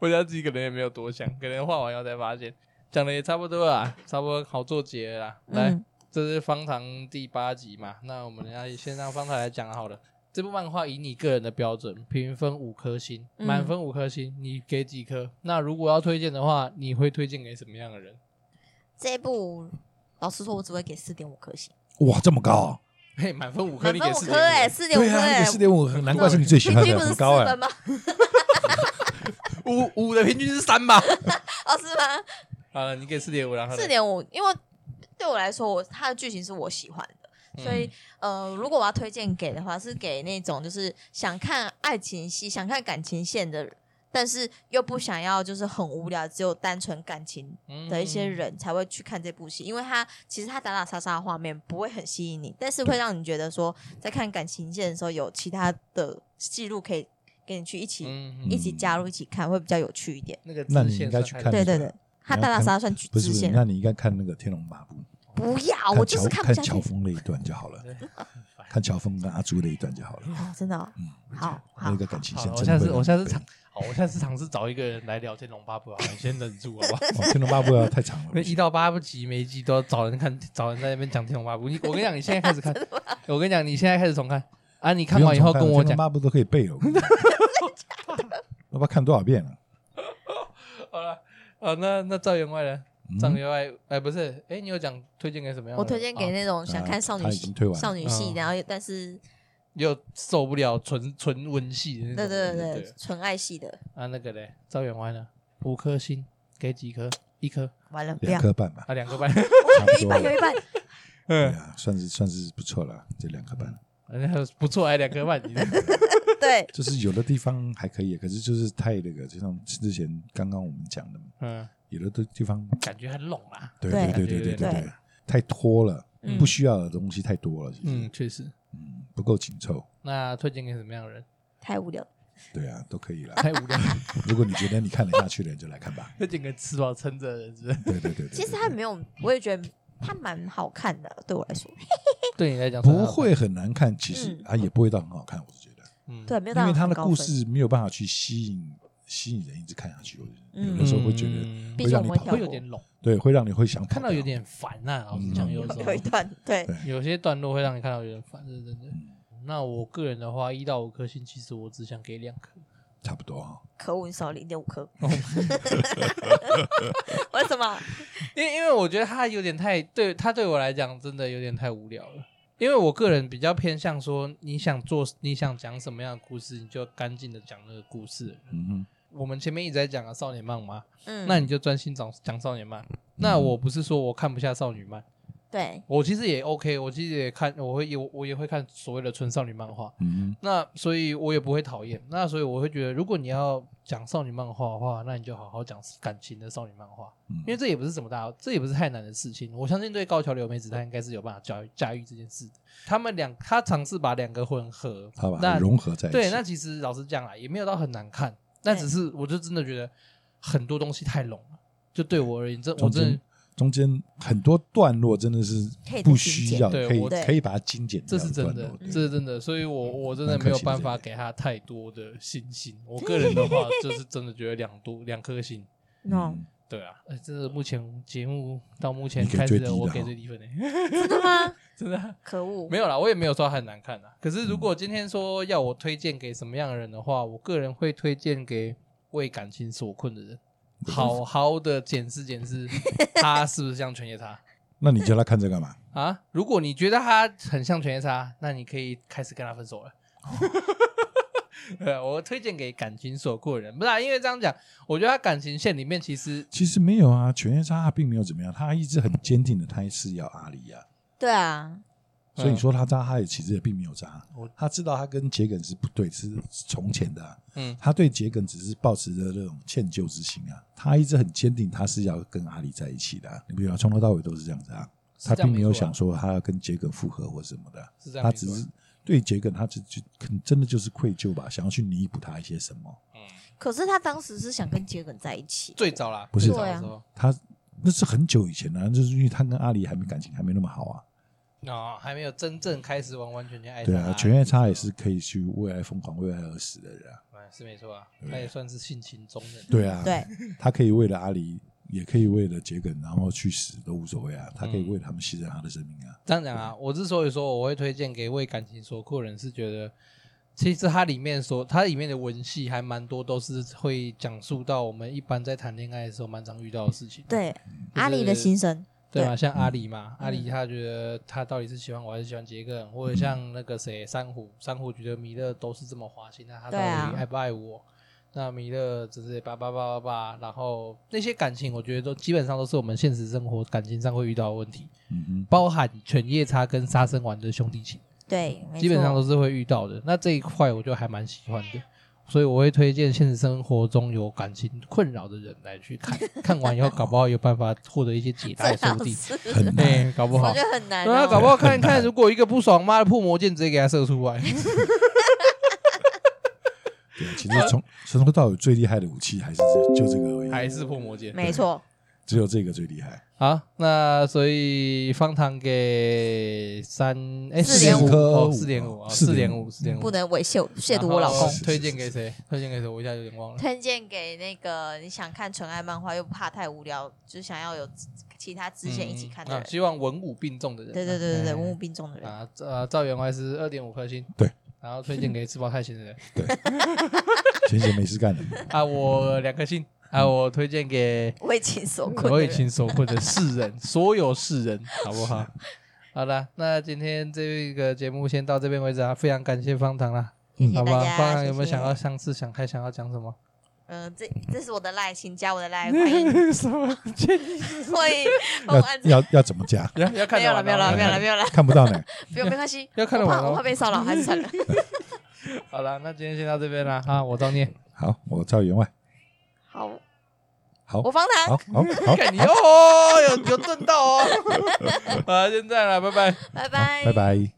我觉得自己可能也没有多想，可能画完以后才发现，讲的也差不多啦，差不多好做结了啦。来，
嗯
这是方糖第八集嘛，那我们要先让方糖来讲好了。这部漫画以你个人的标准评分五颗星，
嗯
满分五颗星，你给几颗？那如果要推荐的话，你会推荐给什么样的人？ [LAUGHS]
这一部老实说，我只会给四点五颗星，
哇，这么高、啊！
嘿，满分五颗，
满
你
分
给
五
四
颗哎，
点
四点五
对
颗
啊，
哎，
你四点五，难怪是你最喜
平
欢
均
的，
不是
很
四
高哎、
分吗？
五，五的平均是三吧？ [LAUGHS]
哦，是吗？
好了，你给四点五，然后呢
四点五，因为对我来说，我它的剧情是我喜欢的，
嗯
所以、呃，如果我要推荐给的话，是给那种就是想看爱情戏、想看感情线的人，但是又不想要就是很无聊，只有单纯感情
嗯
的一些，人才会去看这部戏，因为它其实它打打杀杀的画面不会很吸引你，但是会让你觉得说在看感情线的时候有其他的记录可以给你去一起、
嗯嗯
一起加入一起看，会比较有趣一点。
那个支
那你
线
应该
算
去
太
看
多
对对对，它打打杀杀算
不是
支
不是，
线，
那你应该看那个《天龙八部》
不要，
看
我就是
乔
看不
看
下去
乔峰那一段就
[LAUGHS]
好了，
对
看乔峰跟阿朱那一段就好了。
哦，真的、哦，
嗯，
好好
那个感情
好
线
了，我
真
下
的
次
会
我下次
浪
尝
费，
好，我下次尝试找一个人来聊《天龙八部》啊，你先忍住好不好？
哦天龙八部要
[LAUGHS]
太长了
那
不
一
行，
到八不集，每一集都要找人看，找人在那边讲《天龙八部》。你我跟你讲，你现在开
[LAUGHS]
始看，我跟你讲，你现在开始重看啊！你看完以后
不
跟
用
我
重看了天龙
讲。
八部都可以背了。我跟你讲 [LAUGHS] 要不要看多少遍啊了？
好了，啊，那那赵员外呢？
嗯
赵员外，哎，不是，哎，你有讲推荐给什么样的人？
我推荐给
啊
那种想看少
嗯他
女
已
戏、
经推完了
少女戏，
嗯
然后又但是
又受不了纯纯文系
嗯
的那种
对对
人。对
对对，纯爱系的，
啊，那个嘞，赵员外呢？五颗星，给几颗？一颗
完了不要
两，颗半吧，
啊，两
[LAUGHS]
颗半。
差
有
不
一半
多
有
了。 [LAUGHS]
一半，
对
嗯，
啊，算是算是不错了，这两颗半。
嗯不错，哎，两颗半。你
对，
就是有的地方还可以，可是就是太那个，就像之前刚刚我们讲的嘛，
嗯，
有的地方，
感觉很拢啦。
对
对
对对对
对
对，太拖了，
嗯
不需要的东西太多了，其实
嗯，确实。
嗯不够紧凑，
那推荐给什么
[LAUGHS]
样的人？
太无聊了，
对啊，都可以了。
太无聊了，
如果你觉得你看得下去了，你就来看
[LAUGHS]
吧。
推荐给吃饱撑着的人是不是？
对对对对，
[LAUGHS] 其实
对
它没有，我也觉得它蛮好看的，对我来说，
对你来讲
不，会很难看，其实
嗯
它也不会到很好看，我是觉得，
嗯，
对，没有到
因为它的
很高
故
分，
事没有办法去吸引吸引人一直看下去，我觉得
嗯
有的时候会觉得，
嗯
毕
会
竟
让
我
你
们
跑
跳
会有
过 [LAUGHS]
点拢，
对，会让你会想
看到
跑掉
有点烦呐。老实
嗯
讲，有时候
有一段，对，
对
有些段落会让你看到有点烦，对对对
嗯。
那我个人的话，一到五颗星，其实我只想给两颗。
差不多啊哈，
可恶，你少零点五颗，
哦
[LAUGHS] 为什么？
因为因为我觉得他有点太对他对我来讲真的有点太无聊了。因为我个人比较偏向说，你想做你想讲什么样的故事，你就干净的讲那个故事。
嗯哼，
我们前面一直在讲啊少年漫嘛，
嗯，
那你就专心讲讲少年漫。那我不是说我看不下少女漫，
对，
我其实也 OK，我其实也看，我会也我也会看所谓的纯少女漫画。
嗯
那所以我也不会讨厌。那所以我会觉得，如果你要讲少女漫画的话，那你就好好讲感情的少女漫画，
嗯哼，
因为这也不是什么大，这也不是太难的事情。我相信对高桥留美子，她应该是有办法驾驭驾驭这件事的。他们两，他尝试把两个混合
它把，它
那
融合在一起，
对，那其实老实讲啦，也没有到很难看，那
对
只是我就真的觉得很多东西太拢了。就对我而言，这我
中
真
间
的
中间很多段落真的是
可以
不
再
需
精
要，
简
对
可以
我
可以把它精简
这
掉
是
的
真
段
的
落，嗯
这是真的，所以我我真的
蛮可
没有
惜的
办
这
法
一
给他太多的信心。 [LAUGHS] 我个人的话，就是真的觉得两多两颗星。
no，
嗯
对啊，呃这是目前节目到目前
你给
开始
最低
的，
的
我
哦
给最低 [LAUGHS] 分的，
真的吗？
真的啊
可恶，
没有啦，我也没有说很难看啊啦。可是如果今天说要我推荐给什么样的人的话，我个人会推荐给为感情所困的人，好好的检视检
[LAUGHS]
视他是不是像犬夜叉
那你叫他看这干嘛？
啊。如果你觉得他很像犬夜叉，那你可以开始跟他分手了。
哦
[LAUGHS] 对，我推荐给感情所困的人，不是、啊、因为这样讲，我觉得他感情线里面其实
其实没有啊，犬夜叉他并没有怎么样，他一直很坚定的，他是要阿里呀。
对啊，
所以你说他渣，他也其实也并没有渣
嗯我，
他知道他跟桔梗是不对，是是从前的啊。
嗯
他对桔梗只是抱持着那种歉疚之心啊，他一直很坚定他是要跟阿里在一起的啊。你比如说从头到尾都是这样子啊，
是
他
这样
并没有
错啊
想说他要跟桔梗复合或什么的啊，
是这样
他
没
只
错啊，
是对桔梗，他只就可能真的就是愧疚吧，想要去弥补他一些什么。
嗯
可是他当时是想跟桔梗在一起，
最早啦，
不是
最早的时候
他那是很久以前了、就是因为他跟阿离还没感情还没那么好啊。
哦，还没有真正开始完完全全爱上
对
哎他
啊，犬夜叉也是可以去为爱疯狂、为爱而死的人啊。
哎是没错啊，
对
他也算是性情中人。
对啊，
对，
嗯
他可以为了阿离，也可以为了桔梗，然后去死都无所谓啊。他可以
嗯
为他们牺牲他的生命啊。
这样讲啊，我之所以说我会推荐给为感情所困的人，是觉得其实它里面所它里面的文戏还蛮多，都是会讲述到我们一般在谈恋爱的时候蛮常遇到的事情。
对，
就是
阿里的心声，
对嘛，
对
像阿里嘛，
嗯
阿里他觉得他到底是喜欢我还是喜欢杰克，或者像那个谁珊瑚，珊瑚觉得米勒都是这么花心，那他到
对啊
底爱不爱我？那米勒只是叭叭叭叭叭，然后那些感情，我觉得都基本上都是我们现实生活感情上会遇到的问题，
嗯哼，
包含犬夜叉跟杀生丸的兄弟情。
对，没
基本上
[LAUGHS] 错
都是会遇到的。那这一块我就还蛮喜欢的，所以我会推荐现实生活中有感情困扰的人来去看， [LAUGHS] 看完以后搞不好有办法获得一些解答，说不定。
最好是
[LAUGHS]
很难。
对，搞不
我
好
觉。得很难
对
哦、
啊，搞不好看一看，如果一个不爽，妈的破魔剑直接给他射出来。
对，啊其实从从头到尾最厉害的武器还是这就这个而
[LAUGHS]
已，啊
还是破魔剑
没错，
只有这个最厉害。
好，那所以方糖给三哎
四点五
哦四点五
四
四
点
点
五
五四点五
不能猥亵亵渎我老公
嗯然。后嗯推荐给谁？推荐给谁？我一下有点忘了。
推荐给那个你想看纯爱漫画又怕太无聊，就是想要有其他支线一起看的
嗯
人。
啊希望文武并重的人啊。
对对对对对，
哎
文武并重的人。
啊，呃，赵员外是二点五颗星，
对，
然后推荐给吃饱太闲的人
对，闲闲没事干的，
啊，我两颗星啊，我推荐给
为情所困的
为
人，
情所困的世 [LAUGHS] 人，所有世人，好不好？好了，那今天这个节目先到这边为止啊，非常感谢方糖啦，
谢谢
好
大
吧？
家。
方糖有没有
谢谢
想要？上次想还想要讲什么？
[LAUGHS] 嗯，这这是我的赖，请加我的赖，欢迎
什么建议？
欢迎。 [LAUGHS] 我按
要要要怎么加？
[LAUGHS] 要要看
没有
得
了，
完嗯
没有了，没有了，没有了，
看不到呢。
不用，没关系。
[LAUGHS] 要看得
我
完
怕
哦
我怕被骚扰，还是
[LAUGHS]
算了。
好了，那今天先到这边了啊，我照念，
好，我赵员外，
好，
好，
我
好，
方糖，
好，
[LAUGHS]
好，
看你 [LAUGHS] 哦，有有震到哦，啊，先这样了，拜拜。
拜拜，
拜。拜。